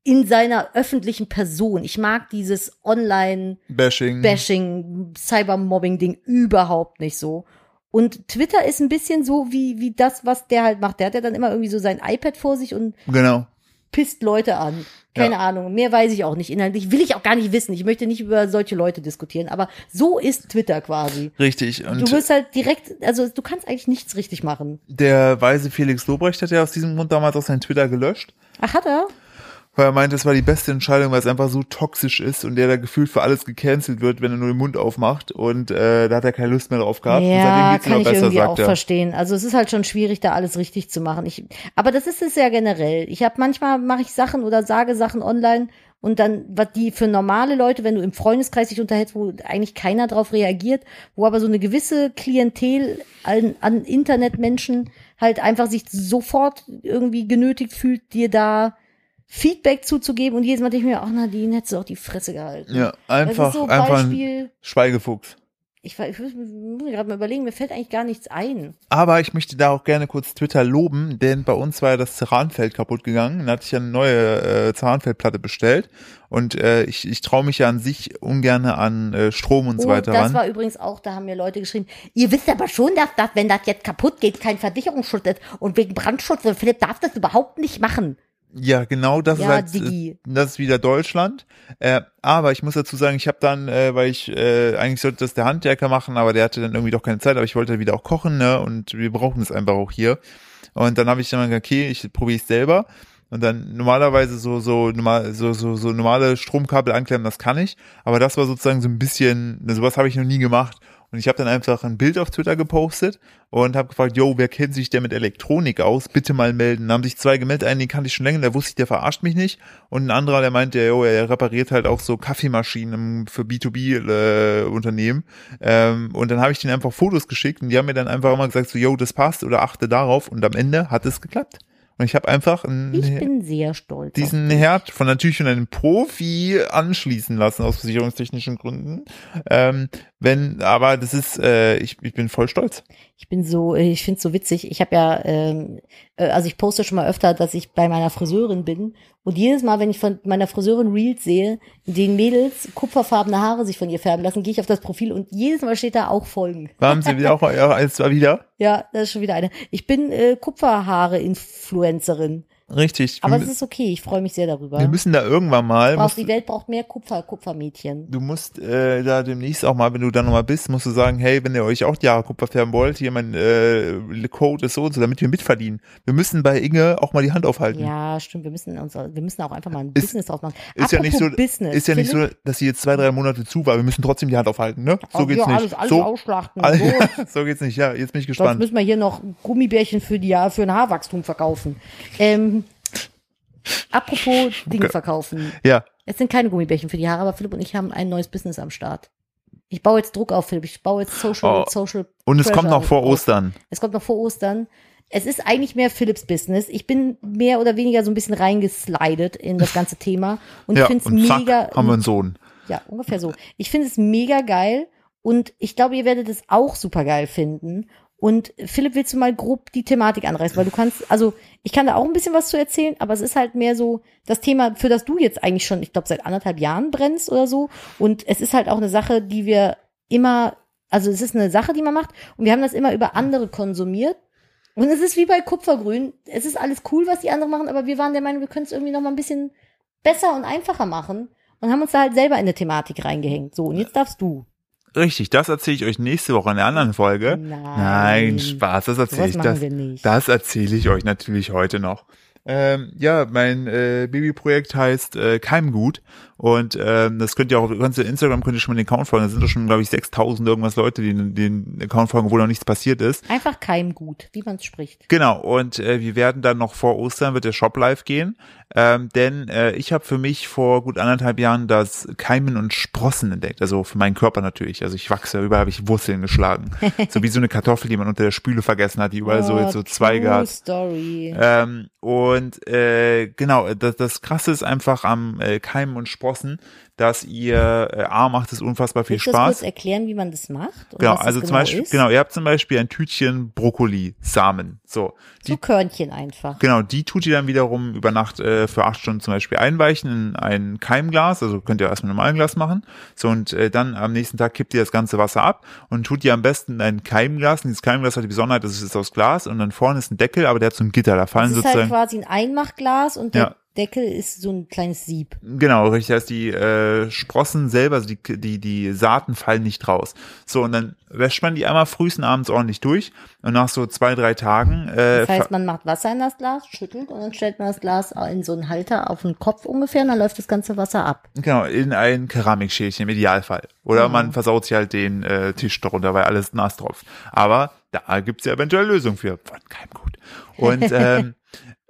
S2: In seiner öffentlichen Person. Ich mag dieses Online-
S3: Bashing.
S2: Bashing, Cybermobbing-Ding überhaupt nicht so. Und Twitter ist ein bisschen so wie, wie das, was der halt macht. Der hat ja dann immer irgendwie so sein iPad vor sich und
S3: Genau.
S2: pisst Leute an. Keine Ahnung, mehr weiß ich auch nicht. Inhaltlich will ich auch gar nicht wissen. Ich möchte nicht über solche Leute diskutieren, aber so ist Twitter quasi.
S3: Richtig. Und
S2: Du wirst halt direkt, also du kannst eigentlich nichts richtig machen.
S3: der weise Felix Lobrecht hat ja aus diesem Grund damals auch sein Twitter gelöscht.
S2: Ach, hat er?
S3: Weil er meinte, es war die beste Entscheidung, weil es einfach so toxisch ist und der da gefühlt für alles gecancelt wird, wenn er nur den Mund aufmacht und äh, da hat er keine Lust mehr drauf gehabt. und seitdem
S2: Ja,
S3: geht's ihm
S2: kann
S3: auch
S2: ich
S3: besser,
S2: irgendwie auch
S3: sagt er.
S2: verstehen. Also es ist halt schon schwierig, da alles richtig zu machen. Ich, aber das ist es ja generell. Ich habe manchmal mache ich Sachen oder sage Sachen online und dann, was die für normale Leute, wenn du im Freundeskreis dich unterhältst, wo eigentlich keiner drauf reagiert, wo aber so eine gewisse Klientel an, an Internetmenschen halt einfach sich sofort irgendwie genötigt fühlt, dir da Feedback zuzugeben und jedes Mal denke ich mir, ach Nadine, hättest du auch die Fresse gehalten.
S3: Ja, einfach,
S2: das ist so ein
S3: einfach ein
S2: Beispiel.
S3: Schweigefuchs.
S2: Ich, weiß- ich muss mir gerade mal überlegen, mir fällt eigentlich gar nichts ein.
S3: Aber ich möchte da auch gerne kurz Twitter loben, denn bei uns war ja das Zeranfeld kaputt gegangen. Da hatte ich ja eine neue äh, Zeranfeldplatte bestellt und äh, ich, ich traue mich ja an sich ungern an äh, Strom und so
S2: Oh,
S3: weiter
S2: das
S3: ran.
S2: war übrigens auch, da haben mir Leute geschrieben, ihr wisst aber schon, dass das, wenn das jetzt kaputt geht, kein Versicherungsschutz ist und wegen Brandschutz und Philipp darf das überhaupt nicht machen.
S3: Ja, genau, das
S2: Ja,
S3: ist halt,
S2: Digi.
S3: das ist wieder Deutschland. Äh, aber ich muss dazu sagen, ich habe dann, äh, weil ich äh, eigentlich sollte das der Handwerker machen, aber der hatte dann irgendwie doch keine Zeit, aber ich wollte wieder auch kochen, ne? Und wir brauchen es einfach auch hier. Und dann habe ich dann mal gesagt, okay, ich probiere es selber. Und dann normalerweise so so normal so so, so normale Stromkabel anklemmen, das kann ich. Aber das war sozusagen so ein bisschen, ne, sowas habe ich noch nie gemacht. Und ich habe dann einfach ein Bild auf Twitter gepostet und habe gefragt, yo, wer kennt sich denn mit Elektronik aus? Bitte mal melden. Da haben sich zwei gemeldet, einen den kannte ich schon länger, der wusste ich, der verarscht mich nicht. Und ein anderer, der meinte, yo, er repariert halt auch so Kaffeemaschinen für B2B-Unternehmen. äh, ähm, und dann habe ich denen einfach Fotos geschickt und die haben mir dann einfach immer gesagt, so, yo, das passt oder achte darauf. Und am Ende hat es geklappt. Und ich habe einfach einen,
S2: Ich bin sehr stolz. auf-
S3: diesen Herd von natürlich von einem Profi anschließen lassen aus versicherungstechnischen Gründen. Ähm, Wenn, aber das ist, äh, ich, ich bin voll stolz.
S2: Ich bin so, ich finde es so witzig. Ich habe ja, ähm, äh, also ich poste schon mal öfter, dass ich bei meiner Friseurin bin. Und jedes Mal, wenn ich von meiner Friseurin Reels sehe, in denen Mädels kupferfarbene Haare sich von ihr färben lassen, gehe ich auf das Profil und jedes Mal steht da auch Folgen.
S3: Waren Sie wieder auch als war wieder?
S2: Ja, das ist schon wieder eine. Ich bin äh, Kupferhaare-Influencerin.
S3: Richtig.
S2: Aber
S3: wir,
S2: es ist okay, ich freue mich sehr darüber.
S3: wir müssen da irgendwann mal.
S2: Braucht,
S3: Musst,
S2: die Welt braucht mehr Kupfer, Kupfermädchen.
S3: du musst äh, da demnächst auch mal, wenn du da nochmal bist, musst du sagen, hey, wenn ihr euch auch die Haare kupfer färben wollt, hier mein äh, Code ist so und so, damit wir mitverdienen. Wir müssen bei Inge auch mal die Hand aufhalten.
S2: Ja, stimmt, wir müssen uns, wir müssen auch einfach mal ein
S3: Mhm. Ist-
S2: Business draus machen.
S3: Ist ja nicht so,
S2: Apropos Business,
S3: ist ja nicht
S2: Philipp,
S3: so, dass sie jetzt zwei, drei Monate zu war. Wir müssen trotzdem die Hand aufhalten, ne? So
S2: oh,
S3: geht's
S2: ja,
S3: nicht.
S2: Alles, alles
S3: so, (laughs)
S2: ausschlachten.
S3: Al-
S2: so.
S3: so geht's nicht, ja. Jetzt bin ich
S2: Sonst
S3: gespannt.
S2: müssen wir hier noch Gummibärchen für, die, für ein Haarwachstum verkaufen. Ähm, apropos Dinge verkaufen.
S3: Ja.
S2: Es sind keine Gummibärchen für die Haare, aber Philipp und ich haben ein neues Business am Start. Ich baue jetzt Druck auf, Philipp. Ich baue jetzt Social,
S3: Oh.
S2: Social
S3: Und es kommt
S2: Pressure
S3: noch vor
S2: auf.
S3: Ostern.
S2: Es kommt noch vor Ostern. Es ist eigentlich mehr Philips Business. Ich bin mehr oder weniger so ein bisschen reingeslidet in das ganze Thema. Und
S3: ja,
S2: ich finde es
S3: und zack,
S2: mega.
S3: haben wir einen Sohn.
S2: Ja, ungefähr so. Ich finde es mega geil und ich glaube, ihr werdet es auch super geil finden. Und Philipp, willst du mal grob die Thematik anreißen? Weil du kannst, also ich kann da auch ein bisschen was zu erzählen, aber es ist halt mehr so das Thema, für das du jetzt eigentlich schon, ich glaube, seit anderthalb Jahren brennst oder so. Und es ist halt auch eine Sache, die wir immer, also es ist eine Sache, die man macht und wir haben das immer über andere konsumiert. Und es ist wie bei Kupfergrün, es ist alles cool, was die anderen machen, aber wir waren der Meinung, wir können es irgendwie noch mal ein bisschen besser und einfacher machen und haben uns da halt selber in eine Thematik reingehängt. So, und jetzt darfst du.
S3: Richtig, das erzähle ich euch nächste Woche in der anderen Folge.
S2: Nein.
S3: Nein, Spaß, das erzähle
S2: Sowas
S3: ich.
S2: machen
S3: Das,
S2: wir nicht.
S3: das erzähle ich euch natürlich heute noch. Ähm, ja, mein äh, Babyprojekt heißt äh, Keimgut und ähm, das könnt ihr auch, könnt ihr Instagram könnt ihr schon mal den Account folgen. Da sind doch schon, glaube ich, 6.000 irgendwas Leute, die den- den Account folgen, wo noch nichts passiert ist.
S2: Einfach keimgut, wie man es spricht.
S3: Genau, und äh, wir werden dann noch vor Ostern, wird der Shop live gehen, ähm, denn äh, ich habe für mich vor gut anderthalb Jahren das Keimen und Sprossen entdeckt, also für meinen Körper natürlich, also ich wachse, überall habe ich Wurzeln geschlagen, so wie so eine Kartoffel, die man unter der Spüle vergessen hat, die überall so,
S2: Oh,
S3: jetzt so Zweige
S2: True
S3: hat.
S2: Story.
S3: Ähm, und äh, genau, das, das Krasse ist einfach am äh, Keimen und Sprossen, dass ihr, äh, A, macht es unfassbar viel
S2: Willst du das
S3: Spaß.
S2: kurz erklären, wie man das macht? und
S3: Genau,
S2: was das
S3: also zum Beispiel,
S2: ist?
S3: genau, ihr habt zum Beispiel ein Tütchen Brokkoli, Samen, so.
S2: So Körnchen einfach.
S3: Genau, die tut ihr dann wiederum über Nacht äh, für acht Stunden zum Beispiel einweichen in ein Keimglas, also könnt ihr erstmal ein normalen Glas machen. So und äh, dann am nächsten Tag kippt ihr das ganze Wasser ab und tut ihr am besten in ein Keimglas. Und dieses Keimglas hat die Besonderheit, dass es ist aus Glas und dann vorne ist ein Deckel, aber der hat so ein Gitter, da fallen
S2: Das ist halt
S3: sozusagen
S2: quasi ein Einmachglas und der
S3: Ja.
S2: Deckel ist so ein kleines Sieb.
S3: Genau, richtig. Das heißt, die äh, Sprossen selber, also die, die, die Saaten fallen nicht raus. So, und dann wäscht man die einmal frühestens abends ordentlich durch. Und nach so zwei, drei Tagen äh,
S2: Das heißt, man macht Wasser in das Glas, schüttelt und dann stellt man das Glas in so einen Halter auf den Kopf ungefähr und dann läuft das ganze Wasser ab.
S3: Genau, in ein Keramikschälchen im Idealfall. Oder man versaut sich halt den äh, Tisch darunter, weil alles nass tropft. Aber da gibt's ja eventuell Lösungen für. Von keinem gut. Und ähm,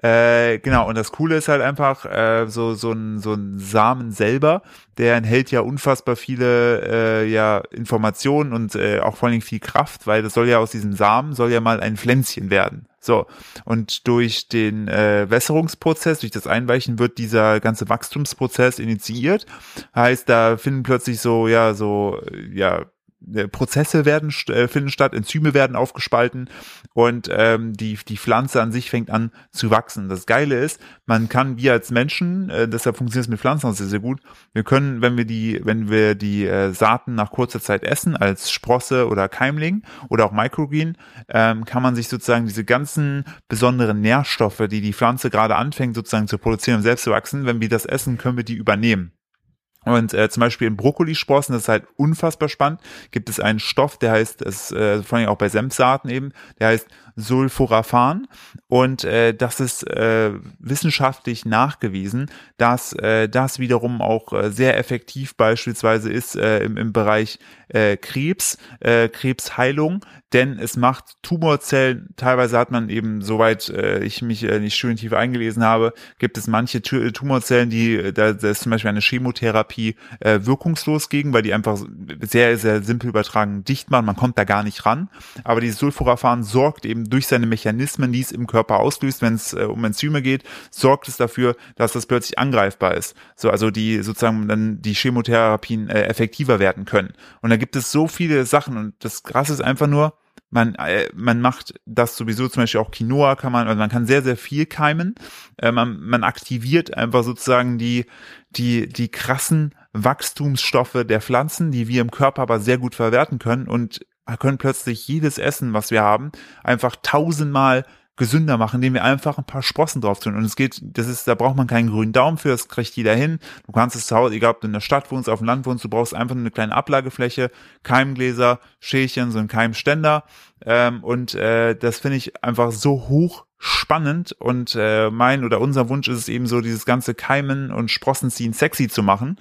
S3: äh, genau, und das Coole ist halt einfach, äh, so, so, ein, so ein Samen selber, der enthält ja unfassbar viele äh, ja, Informationen und äh, auch vor allen Dingen viel Kraft, weil das soll ja aus diesem Samen, soll ja mal ein Pflänzchen werden. So, und durch den äh, Wässerungsprozess, durch das Einweichen wird dieser ganze Wachstumsprozess initiiert. Heißt, da finden plötzlich so, ja, so, äh, ja, äh, Prozesse werden st- äh, finden statt, Enzyme werden aufgespalten und ähm, die die Pflanze an sich fängt an zu wachsen. Das Geile ist, man kann wir als Menschen, äh, deshalb funktioniert es mit Pflanzen auch sehr sehr gut. Wir können, wenn wir die wenn wir die äh, Saaten nach kurzer Zeit essen als Sprosse oder Keimling oder auch Microgreen, ähm, kann man sich sozusagen diese ganzen besonderen Nährstoffe, die die Pflanze gerade anfängt sozusagen zu produzieren und selbst zu wachsen, wenn wir das essen, können wir die übernehmen. Und äh, zum Beispiel in Brokkolisprossen, das ist halt unfassbar spannend, gibt es einen Stoff, der heißt, es, äh, vor allem auch bei Senfsaaten eben, der heißt Sulforaphan. Und äh, das ist äh, wissenschaftlich nachgewiesen, dass äh, das wiederum auch äh, sehr effektiv beispielsweise ist äh, im, im Bereich äh, Krebs, äh, Krebsheilung, denn es macht Tumorzellen, teilweise hat man eben, soweit äh, ich mich äh, nicht schön tief eingelesen habe, gibt es manche Tu- Tumorzellen, die, äh, da, da ist zum Beispiel eine Chemotherapie äh, wirkungslos gegen, weil die einfach sehr, sehr simpel übertragen dicht machen, man kommt da gar nicht ran, aber dieses Sulforaphan sorgt eben ähm, durch seine Mechanismen, die es im Körper auslöst, wenn es äh, um Enzyme geht, sorgt es dafür, dass das plötzlich angreifbar ist. So, also die sozusagen dann die Chemotherapien äh, effektiver werden können. Und da gibt es so viele Sachen und das Krasse ist einfach nur, man, äh, man macht das sowieso zum Beispiel auch Quinoa kann man, also man kann sehr, sehr viel keimen. Äh, man, man aktiviert einfach sozusagen die, die, die krassen Wachstumsstoffe der Pflanzen, die wir im Körper aber sehr gut verwerten können und können plötzlich jedes Essen, was wir haben, einfach tausendmal gesünder machen, indem wir einfach ein paar Sprossen drauf tun. Und es geht, das ist, da braucht man keinen grünen Daumen für, das kriegt jeder hin. Du kannst es zu Hause, egal ob du in der Stadt wohnst, auf dem Land wohnst, du brauchst einfach eine kleine Ablagefläche, Keimgläser, Schälchen, so ein Keimständer. Ähm, und äh, das finde ich einfach so hoch spannend und äh, mein oder unser Wunsch ist es eben so, dieses ganze Keimen und Sprossenziehen sexy zu machen.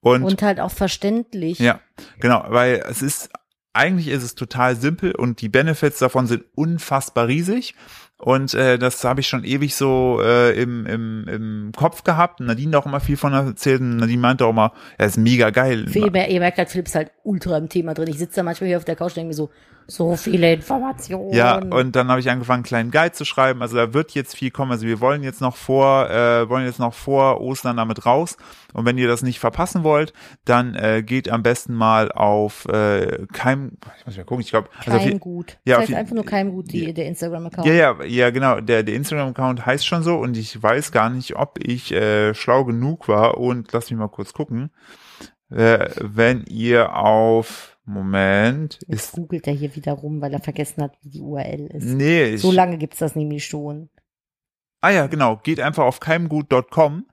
S3: Und,
S2: Und halt auch verständlich.
S3: ja, genau, weil es ist, eigentlich ist es total simpel und die Benefits davon sind unfassbar riesig. Und äh, das habe ich schon ewig so äh, im, im, im Kopf gehabt. Nadine hat auch immer viel von erzählt. Und Nadine meinte auch immer, er ist mega geil.
S2: Für ihr, mer- ihr merkt halt, Philipp ist halt ultra im Thema drin. Ich sitze da manchmal hier auf der Couch und denke mir so, so viele Informationen.
S3: Ja, und also dann habe ich angefangen, einen kleinen Guide zu schreiben. Also da wird jetzt viel kommen. Also wir wollen jetzt noch vor, äh, wollen jetzt noch vor Ostern damit raus. Und wenn ihr das nicht verpassen wollt, dann äh, geht am besten mal auf äh, Keim. Ich muss mal gucken. Ich glaube, also auf je-
S2: Keimgut.
S3: ja,
S2: das
S3: auf
S2: heißt
S3: je-
S2: einfach nur Keimgut, die, der Instagram-Account.
S3: ja, ja, ja, genau. Der, der Instagram-Account heißt schon so und ich weiß gar nicht, ob ich äh, schlau genug war und lass mich mal kurz gucken. Äh, wenn ihr auf Moment
S2: Jetzt
S3: ist.
S2: googelt er hier wieder rum, weil er vergessen hat, wie die URL ist.
S3: Nee, Hm, ich,
S2: So lange gibt's das nämlich schon.
S3: ah ja, genau. Geht einfach auf keimgut.com.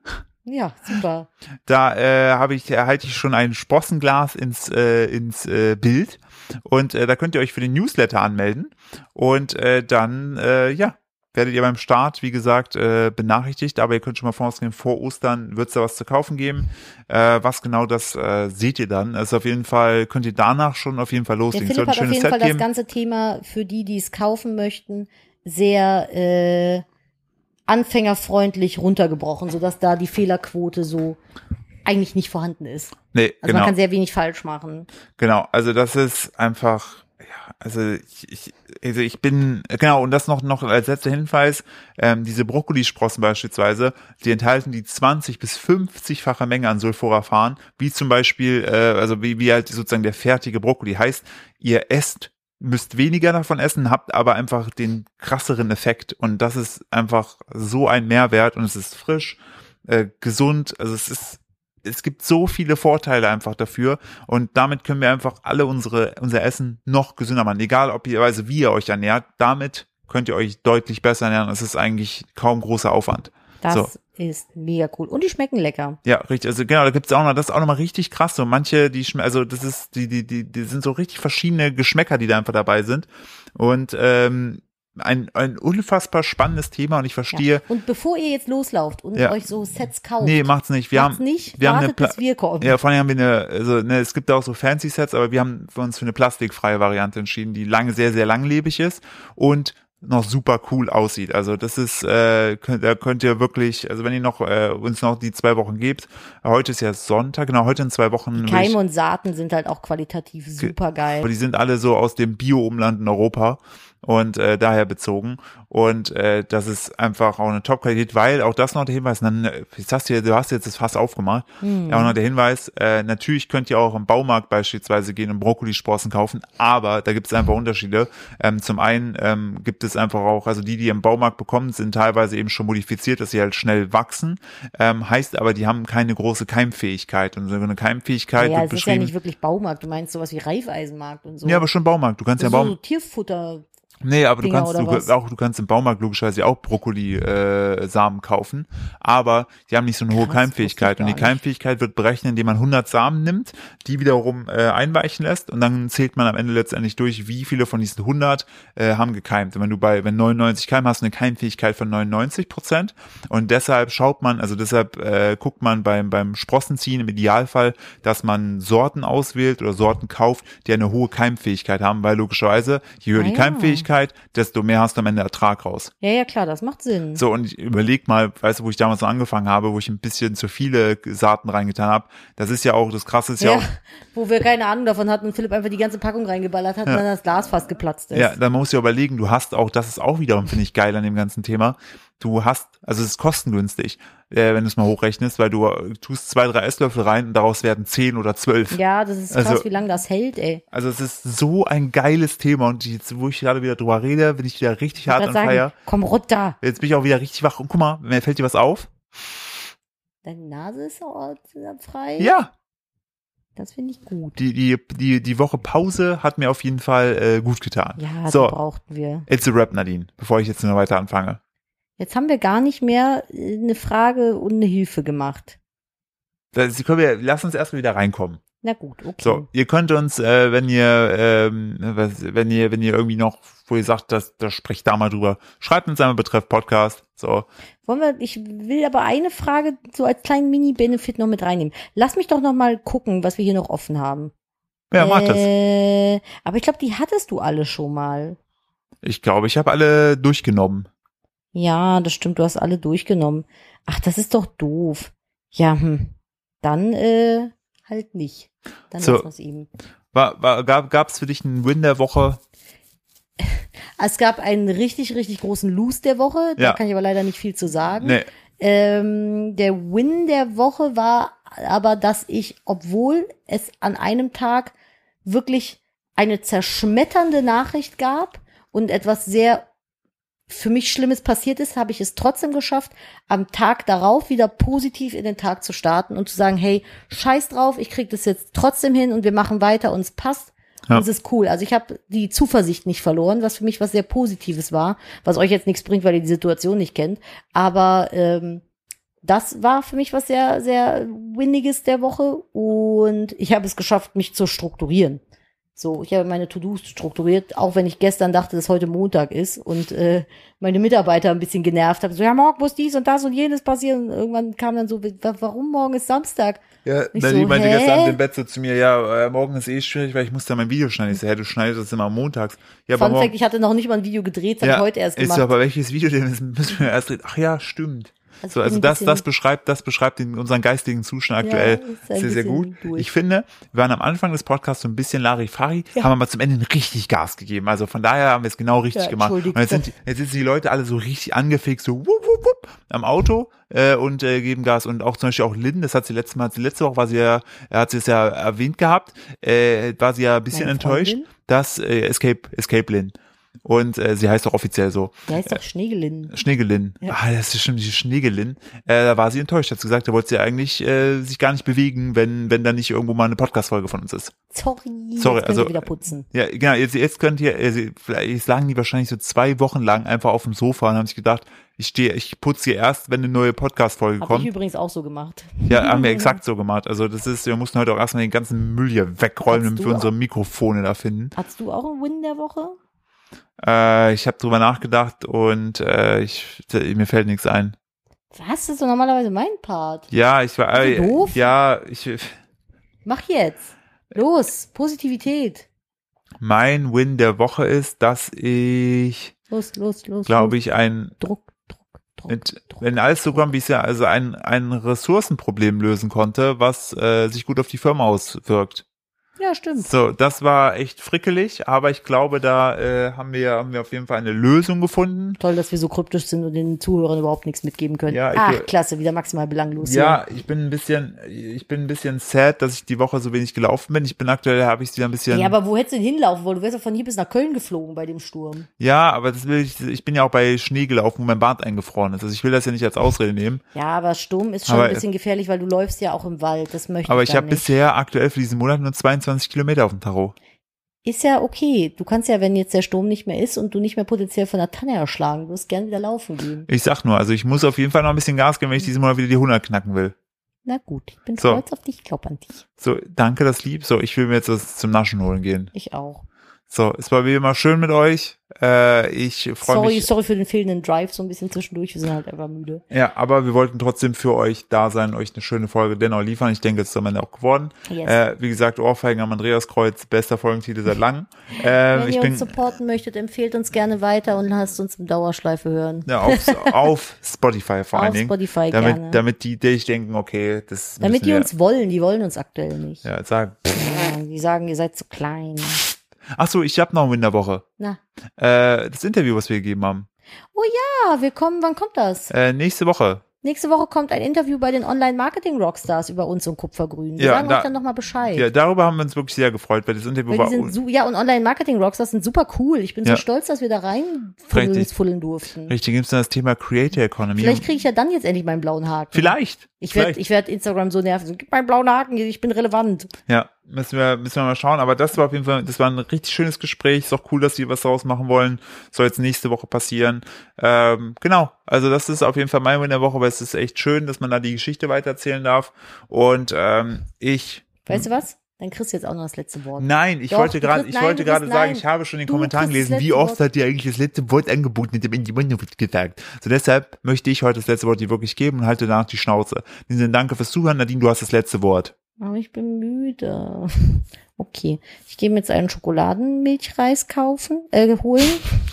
S2: Ja, super.
S3: Da äh, habe ich, halte ich schon ein Sprossenglas ins, äh, ins äh, Bild. Und äh, da könnt ihr euch für den Newsletter anmelden. Und äh, dann, äh, ja, werdet ihr beim Start, wie gesagt, äh, benachrichtigt. Aber ihr könnt schon mal vorausgehen, vor Ostern wird es da was zu kaufen geben. Äh, was genau das äh, seht ihr dann. Also auf jeden Fall könnt ihr danach schon auf jeden Fall
S2: Der
S3: loslegen. Es
S2: Philipp
S3: wird ein
S2: hat auf
S3: schönes
S2: jeden
S3: Set
S2: Fall das
S3: geben.
S2: ganze Thema für die, die es kaufen möchten, sehr äh, anfängerfreundlich runtergebrochen, sodass da die Fehlerquote so eigentlich nicht vorhanden ist.
S3: Nee,
S2: Also man
S3: genau.
S2: kann sehr wenig falsch machen.
S3: Genau, also das ist einfach, ja, also ich, ich, also ich bin, genau, und das noch, noch als letzter Hinweis, ähm, diese Brokkolisprossen beispielsweise, die enthalten die 20 bis 50-fache Menge an Sulforaphan, wie zum Beispiel, äh, also wie, wie halt sozusagen der fertige Brokkoli heißt, ihr esst, müsst weniger davon essen, habt aber einfach den krasseren Effekt und das ist einfach so ein Mehrwert und es ist frisch, äh, gesund, also es ist, es gibt so viele Vorteile einfach dafür und damit können wir einfach alle unsere unser Essen noch gesünder machen. Egal ob ihr also wie ihr euch ernährt, damit könnt ihr euch deutlich besser ernähren. Es ist eigentlich kaum großer Aufwand.
S2: Das
S3: So.
S2: ist mega cool. Und die schmecken lecker.
S3: Ja, richtig. Also genau, da gibt's auch noch, das ist auch nochmal richtig krass. So manche, die schm also das ist, die, die, die, die sind so richtig verschiedene Geschmäcker, die da einfach dabei sind. Und ähm, ein, ein unfassbar spannendes Thema und ich verstehe.
S2: Ja. Und bevor ihr jetzt loslauft und
S3: Ja.
S2: euch so Sets kauft,
S3: Nee, macht's nicht. Wir
S2: macht's
S3: haben
S2: nicht,
S3: wir haben eine
S2: wartet,
S3: Pla-
S2: bis wir kommen.
S3: Ja, vor allem haben wir eine, also ne, es gibt auch so fancy Sets, aber wir haben für uns für eine plastikfreie Variante entschieden, die lange, sehr, sehr langlebig ist und noch super cool aussieht. Also das ist, äh, könnt, da könnt ihr wirklich, also wenn ihr noch äh, uns noch die zwei Wochen gebt, heute ist ja Sonntag, genau, heute in zwei Wochen. will ich-
S2: Keime und Saaten sind halt auch qualitativ super
S3: aber
S2: geil.
S3: die sind alle so aus dem Bio-Umland in Europa und äh, daher bezogen. Und äh, das ist einfach auch eine Top-Qualität, weil auch das noch der Hinweis, dann, äh, jetzt hast du, ja- du hast jetzt das Fass aufgemacht,
S2: Hm.
S3: ja, auch noch der Hinweis, äh, natürlich könnt ihr auch im Baumarkt beispielsweise gehen und Brokkolisprossen kaufen, aber da gibt es einfach Unterschiede. Ähm, zum einen ähm, gibt es einfach auch, also die, die ihr im Baumarkt bekommen, sind teilweise eben schon modifiziert, dass sie halt schnell wachsen, ähm, heißt aber, die haben keine große Keimfähigkeit. Und so eine Keimfähigkeit
S2: Ja,
S3: wird
S2: es ist ja
S3: beschrieben.
S2: nicht wirklich Baumarkt. Du meinst sowas wie Reifeisenmarkt und so.
S3: Ja, aber schon Baumarkt. Du kannst ja
S2: so,
S3: Baum,
S2: so Tierfutter.
S3: Nee, aber du
S2: Dinger
S3: kannst
S2: oder was?
S3: du, auch du kannst im Baumarkt logischerweise auch Brokkoli äh, Samen kaufen, aber die haben nicht so eine hohe
S2: Krass, wusste ich
S3: Keimfähigkeit und die
S2: gar nicht.
S3: Keimfähigkeit wird berechnet, indem man 100 Samen nimmt, die wiederum äh, einweichen lässt und dann zählt man am Ende letztendlich durch, wie viele von diesen 100 äh, haben gekeimt. Und wenn du bei wenn 99 Keim hast, eine Keimfähigkeit von 99 Prozent und deshalb schaut man, also deshalb äh, guckt man beim beim Sprossenziehen im Idealfall, dass man Sorten auswählt oder Sorten kauft, die eine hohe Keimfähigkeit haben, weil logischerweise je höher die
S2: Ah ja.
S3: Keimfähigkeit Beliebtheit, desto mehr hast du am Ende Ertrag raus.
S2: Ja, ja, klar, das macht Sinn.
S3: So, und ich überleg mal, weißt du, wo ich damals so angefangen habe, wo ich ein bisschen zu viele Saaten reingetan habe. Das ist ja auch, das krasse ist ja,
S2: ja,
S3: auch,
S2: (laughs) wo wir keine Ahnung davon hatten und Philipp einfach die ganze Packung reingeballert hat und dann das Glas fast geplatzt ist.
S3: ja, da musst du ja überlegen, du hast auch, das ist auch wiederum, finde ich, geil an dem ganzen Thema. Du hast, also es ist kostengünstig, äh, wenn du es mal hochrechnest, weil du äh, tust zwei, drei Esslöffel rein und daraus werden zehn oder zwölf.
S2: Ja, das ist krass,
S3: Also-
S2: wie lange das hält, ey.
S3: Also es ist so ein geiles Thema und jetzt, wo ich gerade wieder drüber rede, bin ich wieder richtig
S2: Ich
S3: hart
S2: wollte
S3: und
S2: sagen,
S3: feier.
S2: komm runter.
S3: Jetzt bin ich auch wieder richtig wach. Und guck mal, mir fällt dir was auf?
S2: Deine Nase ist auch frei.
S3: Ja,
S2: Das finde ich gut.
S3: die, die, die, die Woche Pause hat mir auf jeden Fall äh, gut getan.
S2: Ja, die
S3: so,
S2: brauchten wir.
S3: it's a rap, Nadine, bevor ich jetzt noch weiter anfange.
S2: Jetzt haben wir gar nicht mehr äh, eine Frage und eine Hilfe gemacht.
S3: Das können wir, lass uns erstmal wieder reinkommen.
S2: Na gut, okay.
S3: So, ihr könnt uns, äh, wenn ihr, ähm, was, wenn ihr, wenn ihr irgendwie noch, wo ihr sagt, das, das spricht da mal drüber, schreibt uns einmal betreff Podcast. So,
S2: Wollen wir, ich will aber eine Frage so als kleinen Mini-Benefit noch mit reinnehmen. Lass mich doch noch mal gucken, was wir hier noch offen haben.
S3: ja, macht das.
S2: äh, Aber ich glaube, die hattest du alle schon mal.
S3: Ich glaube, ich habe alle durchgenommen.
S2: Ja, das stimmt, du hast alle durchgenommen. Ach, das ist doch doof. Ja, hm. Dann äh, halt nicht. Dann
S3: So.
S2: lassen wir es ihm.
S3: War, war, gab gab's für dich einen Win der Woche?
S2: Es gab einen richtig, richtig großen Lose der Woche. Da
S3: Ja.
S2: kann ich aber leider nicht viel zu sagen.
S3: Nee,
S2: Ähm, der Win der Woche war aber, dass ich, obwohl es an einem Tag wirklich eine zerschmetternde Nachricht gab und etwas sehr für mich Schlimmes passiert ist, habe ich es trotzdem geschafft, am Tag darauf wieder positiv in den Tag zu starten und zu sagen, hey, scheiß drauf, ich krieg das jetzt trotzdem hin und wir machen weiter und es passt.
S3: Ja.
S2: Und es ist cool. Also ich habe die Zuversicht nicht verloren, was für mich was sehr Positives war, was euch jetzt nichts bringt, weil ihr die Situation nicht kennt. Aber ähm, das war für mich was sehr, sehr Winniges der Woche und ich habe es geschafft, mich zu strukturieren. So, ich habe meine To-Dos strukturiert, auch wenn ich gestern dachte, dass heute Montag ist und äh, meine Mitarbeiter ein bisschen genervt habe. So, ja, morgen muss dies und das und jenes passieren. Und irgendwann kam dann so, wa- warum morgen ist Samstag?
S3: Ja,
S2: Ich
S3: Nadine
S2: so,
S3: meinte
S2: hä?
S3: gestern Abend im Bett so zu mir, ja, äh, morgen ist eh schwierig, weil ich muss da mein Video schneiden. Ich so, hä, du schneidest das immer montags. Ja,
S2: Fun
S3: aber
S2: Fact,
S3: morgen.
S2: ich hatte noch nicht mal ein Video gedreht, das habe
S3: ja,
S2: ich heute erst
S3: ist
S2: gemacht.
S3: so, aber welches Video denn? Das müssen wir erst reden. Ach ja, stimmt.
S2: Also
S3: so,
S2: ich bin
S3: also
S2: ein
S3: das,
S2: bisschen-
S3: das beschreibt, das beschreibt den, unseren geistigen Zustand aktuell
S2: Ja, ist ein
S3: sehr, sehr gut.
S2: bisschen durch.
S3: Ich finde, wir waren am Anfang des Podcasts so ein bisschen Larifari, haben aber zum Ende richtig Gas gegeben. Also von daher haben wir es genau richtig
S2: Ja,
S3: gemacht. Und
S2: entschuldigt
S3: jetzt sind, jetzt sitzen die Leute alle so richtig angefixt, so wupp, wupp, wupp, am Auto äh, und äh, geben Gas. Und auch zum Beispiel auch Lynn, das hat sie letztes Mal, letzte Woche war sie ja, hat sie es ja erwähnt gehabt, äh, war sie ja ein bisschen
S2: Meine
S3: enttäuscht,
S2: Freundin?
S3: dass äh, Escape, Escape Lynn. Und äh, sie heißt auch offiziell so.
S2: Der ist doch Schneegelin.
S3: Schneegelin. Ah, das ist schon die Schneegelin. Äh, da war sie enttäuscht, hat sie gesagt, da wollte sie eigentlich äh, sich gar nicht bewegen, wenn, wenn da nicht irgendwo mal eine Podcast-Folge von uns ist.
S2: Sorry, jetzt
S3: Sorry,
S2: könnt
S3: also,
S2: ihr wieder putzen.
S3: Ja, genau, jetzt, jetzt könnt ihr, äh, sie- vielleicht jetzt lagen die wahrscheinlich so zwei Wochen lang einfach auf dem Sofa und haben sich gedacht, ich stehe, ich putze hier erst, wenn eine neue Podcast-Folge
S2: Habe ich
S3: kommt.
S2: übrigens auch so gemacht.
S3: Ja, haben
S2: Mhm.
S3: wir exakt so gemacht. Also das ist, wir mussten heute auch erstmal den ganzen Müll hier wegräumen,
S2: Hast
S3: damit
S2: du
S3: wir unsere Mikrofone da finden.
S2: Hattest du auch einen Win der Woche?
S3: Äh, ich habe drüber nachgedacht und äh, ich, mir fällt nichts ein.
S2: Was? Das ist doch normalerweise mein Part.
S3: Ja, ich war,
S2: Bist du
S3: äh,
S2: doof?
S3: ja, ich,
S2: Mach jetzt. Los, Positivität.
S3: Mein Win der Woche ist, dass ich,
S2: Los, los, los.
S3: glaube ich, ein,
S2: los. Druck, Druck, Druck.
S3: mit,
S2: Druck.
S3: wenn alles so kommt, wie es ja, also ein, ein Ressourcenproblem lösen konnte, was äh, sich gut auf die Firma auswirkt.
S2: ja, stimmt.
S3: So, das war echt frickelig, aber ich glaube, da äh, haben, wir, haben wir auf jeden Fall eine Lösung gefunden.
S2: Toll, dass wir so kryptisch sind und den Zuhörern überhaupt nichts mitgeben können.
S3: Ja, ich-
S2: Ach, klasse, wieder maximal belanglos. hier.
S3: Ja, ich bin ein bisschen, ich bin ein bisschen sad, dass ich die Woche so wenig gelaufen bin. Ich bin aktuell, habe ich wieder ein bisschen.
S2: Ja, aber wo hättest du denn hinlaufen wollen? Du wärst ja von hier bis nach Köln geflogen bei dem Sturm.
S3: ja, aber das will ich, ich bin ja auch bei Schnee gelaufen, wo mein Bart eingefroren ist. Also ich will das ja nicht als Ausrede nehmen.
S2: Ja, aber Sturm ist schon
S3: Aber-
S2: ein bisschen gefährlich, weil du läufst ja auch im Wald. Das möchte
S3: Aber
S2: ich
S3: ich
S2: dann
S3: habe
S2: nicht.
S3: bisher aktuell für diesen Monat nur 22 Kilometer auf dem Tarot.
S2: Ist ja okay. Du kannst ja, wenn jetzt der Sturm nicht mehr ist und du nicht mehr potenziell von der Tanne erschlagen wirst, gern wieder laufen gehen.
S3: Ich sag nur, also ich muss auf jeden Fall noch ein bisschen Gas geben, wenn ich diesen Monat wieder die 100 knacken will.
S2: Na gut, ich bin
S3: So.
S2: stolz auf dich, ich glaub an dich.
S3: So, danke, das lieb. So, ich will mir jetzt das zum Naschen holen gehen.
S2: Ich auch.
S3: So, es war wie immer schön mit euch. Äh, ich freue
S2: Sorry,
S3: mich.
S2: sorry für den fehlenden Drive so ein bisschen zwischendurch. Wir sind halt einfach müde.
S3: Ja, aber wir wollten trotzdem für euch da sein, euch eine schöne Folge dennoch liefern. Ich denke, es ist am Ende auch geworden.
S2: Yes.
S3: Äh, wie gesagt, Ohrfeigen am Andreaskreuz, bester Folgentitel seit langem. Ähm,
S2: Wenn
S3: ich
S2: ihr uns
S3: bin
S2: supporten möchtet, empfehlt uns gerne weiter und lasst uns im Dauerschleife hören.
S3: ja,
S2: (laughs)
S3: auf, auf Spotify vor
S2: Auf
S3: allen Dingen.
S2: Spotify
S3: damit,
S2: gerne.
S3: damit die, die ich denken, okay, das
S2: Damit
S3: müssen
S2: die
S3: wir,
S2: uns wollen, die wollen uns aktuell nicht.
S3: ja, sagen.
S2: Ja, die sagen, ihr seid zu klein.
S3: Ach so, ich habe noch in der Woche.
S2: Na.
S3: Äh, das Interview, was wir gegeben haben.
S2: Ah, wir kommen, wann kommt das?
S3: Äh, nächste Woche.
S2: Nächste Woche kommt ein Interview bei den Online-Marketing-Rockstars über uns und Kupfergrün. Wir
S3: Ja,
S2: sagen
S3: da-
S2: euch dann nochmal Bescheid.
S3: Ja, darüber haben wir uns wirklich sehr gefreut, weil das Interview
S2: Weil
S3: war
S2: die sind su ja, und Online-Marketing-Rockstars sind super cool. Ich bin
S3: Ja.
S2: so stolz, dass wir da rein
S3: Richtig.
S2: fuddeln durften.
S3: Richtig, gibt's dann das Thema Creator Economy.
S2: Vielleicht kriege ich ja dann jetzt endlich meinen blauen Haken.
S3: Vielleicht.
S2: Ich
S3: Vielleicht.
S2: werde ich werd Instagram so nerven. so, Gib meinen blauen Haken, ich bin relevant.
S3: Ja, müssen wir, müssen wir mal schauen. Aber das war auf jeden Fall, das war ein richtig schönes Gespräch. Ist auch cool, dass sie was draus machen wollen. Soll jetzt nächste Woche passieren. Ähm, genau. Also das ist auf jeden Fall mein Win der Woche, weil es ist echt schön, dass man da die Geschichte weitererzählen darf. Und ähm, ich,
S2: Weißt du was? Dann kriegst du jetzt auch noch das letzte Wort.
S3: nein, ich
S2: Doch,
S3: wollte
S2: du
S3: gerade,
S2: kriegst-
S3: ich
S2: nein,
S3: wollte
S2: du kriegst
S3: gerade sagen,
S2: nein.
S3: ich habe schon in den
S2: Du
S3: Kommentaren
S2: kriegst
S3: gelesen,
S2: das
S3: wie
S2: letzte
S3: oft
S2: Wort.
S3: hat ihr eigentlich das letzte Wort angeboten, mit dem Andy Wonder wird gesagt. So deshalb möchte ich heute das letzte Wort dir wirklich geben und halte danach die Schnauze. In diesem Sinne, danke fürs Zuhören. Nadine, du hast das letzte Wort.
S2: Aber ich bin müde. (laughs) Okay. Ich gehe mir jetzt einen Schokoladenmilchreis kaufen, äh, holen. (laughs)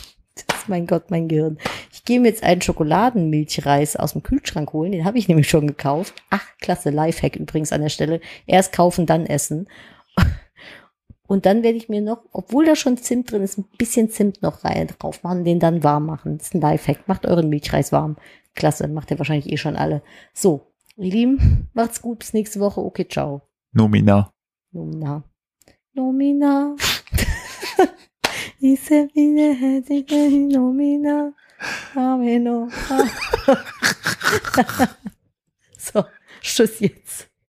S2: Das ist mein Gott, mein Gehirn. Ich gehe mir jetzt einen Schokoladenmilchreis aus dem Kühlschrank holen. Den habe ich nämlich schon gekauft. Ach, klasse Lifehack übrigens an der Stelle. Erst kaufen, dann essen. (laughs) Und dann werde ich mir noch, obwohl da schon Zimt drin ist, ein bisschen Zimt noch rein drauf machen, den dann warm machen. Das ist ein Lifehack. Macht euren Milchreis warm. Klasse, macht ihr wahrscheinlich eh schon alle. So, ihr Lieben, macht's gut, bis nächste Woche. Okay, ciao.
S3: Nomina.
S2: Nomina. Nomina. (laughs) Ich sehe viele Hände, Nomina. Ah. (laughs) Ameno. So, Schluss jetzt.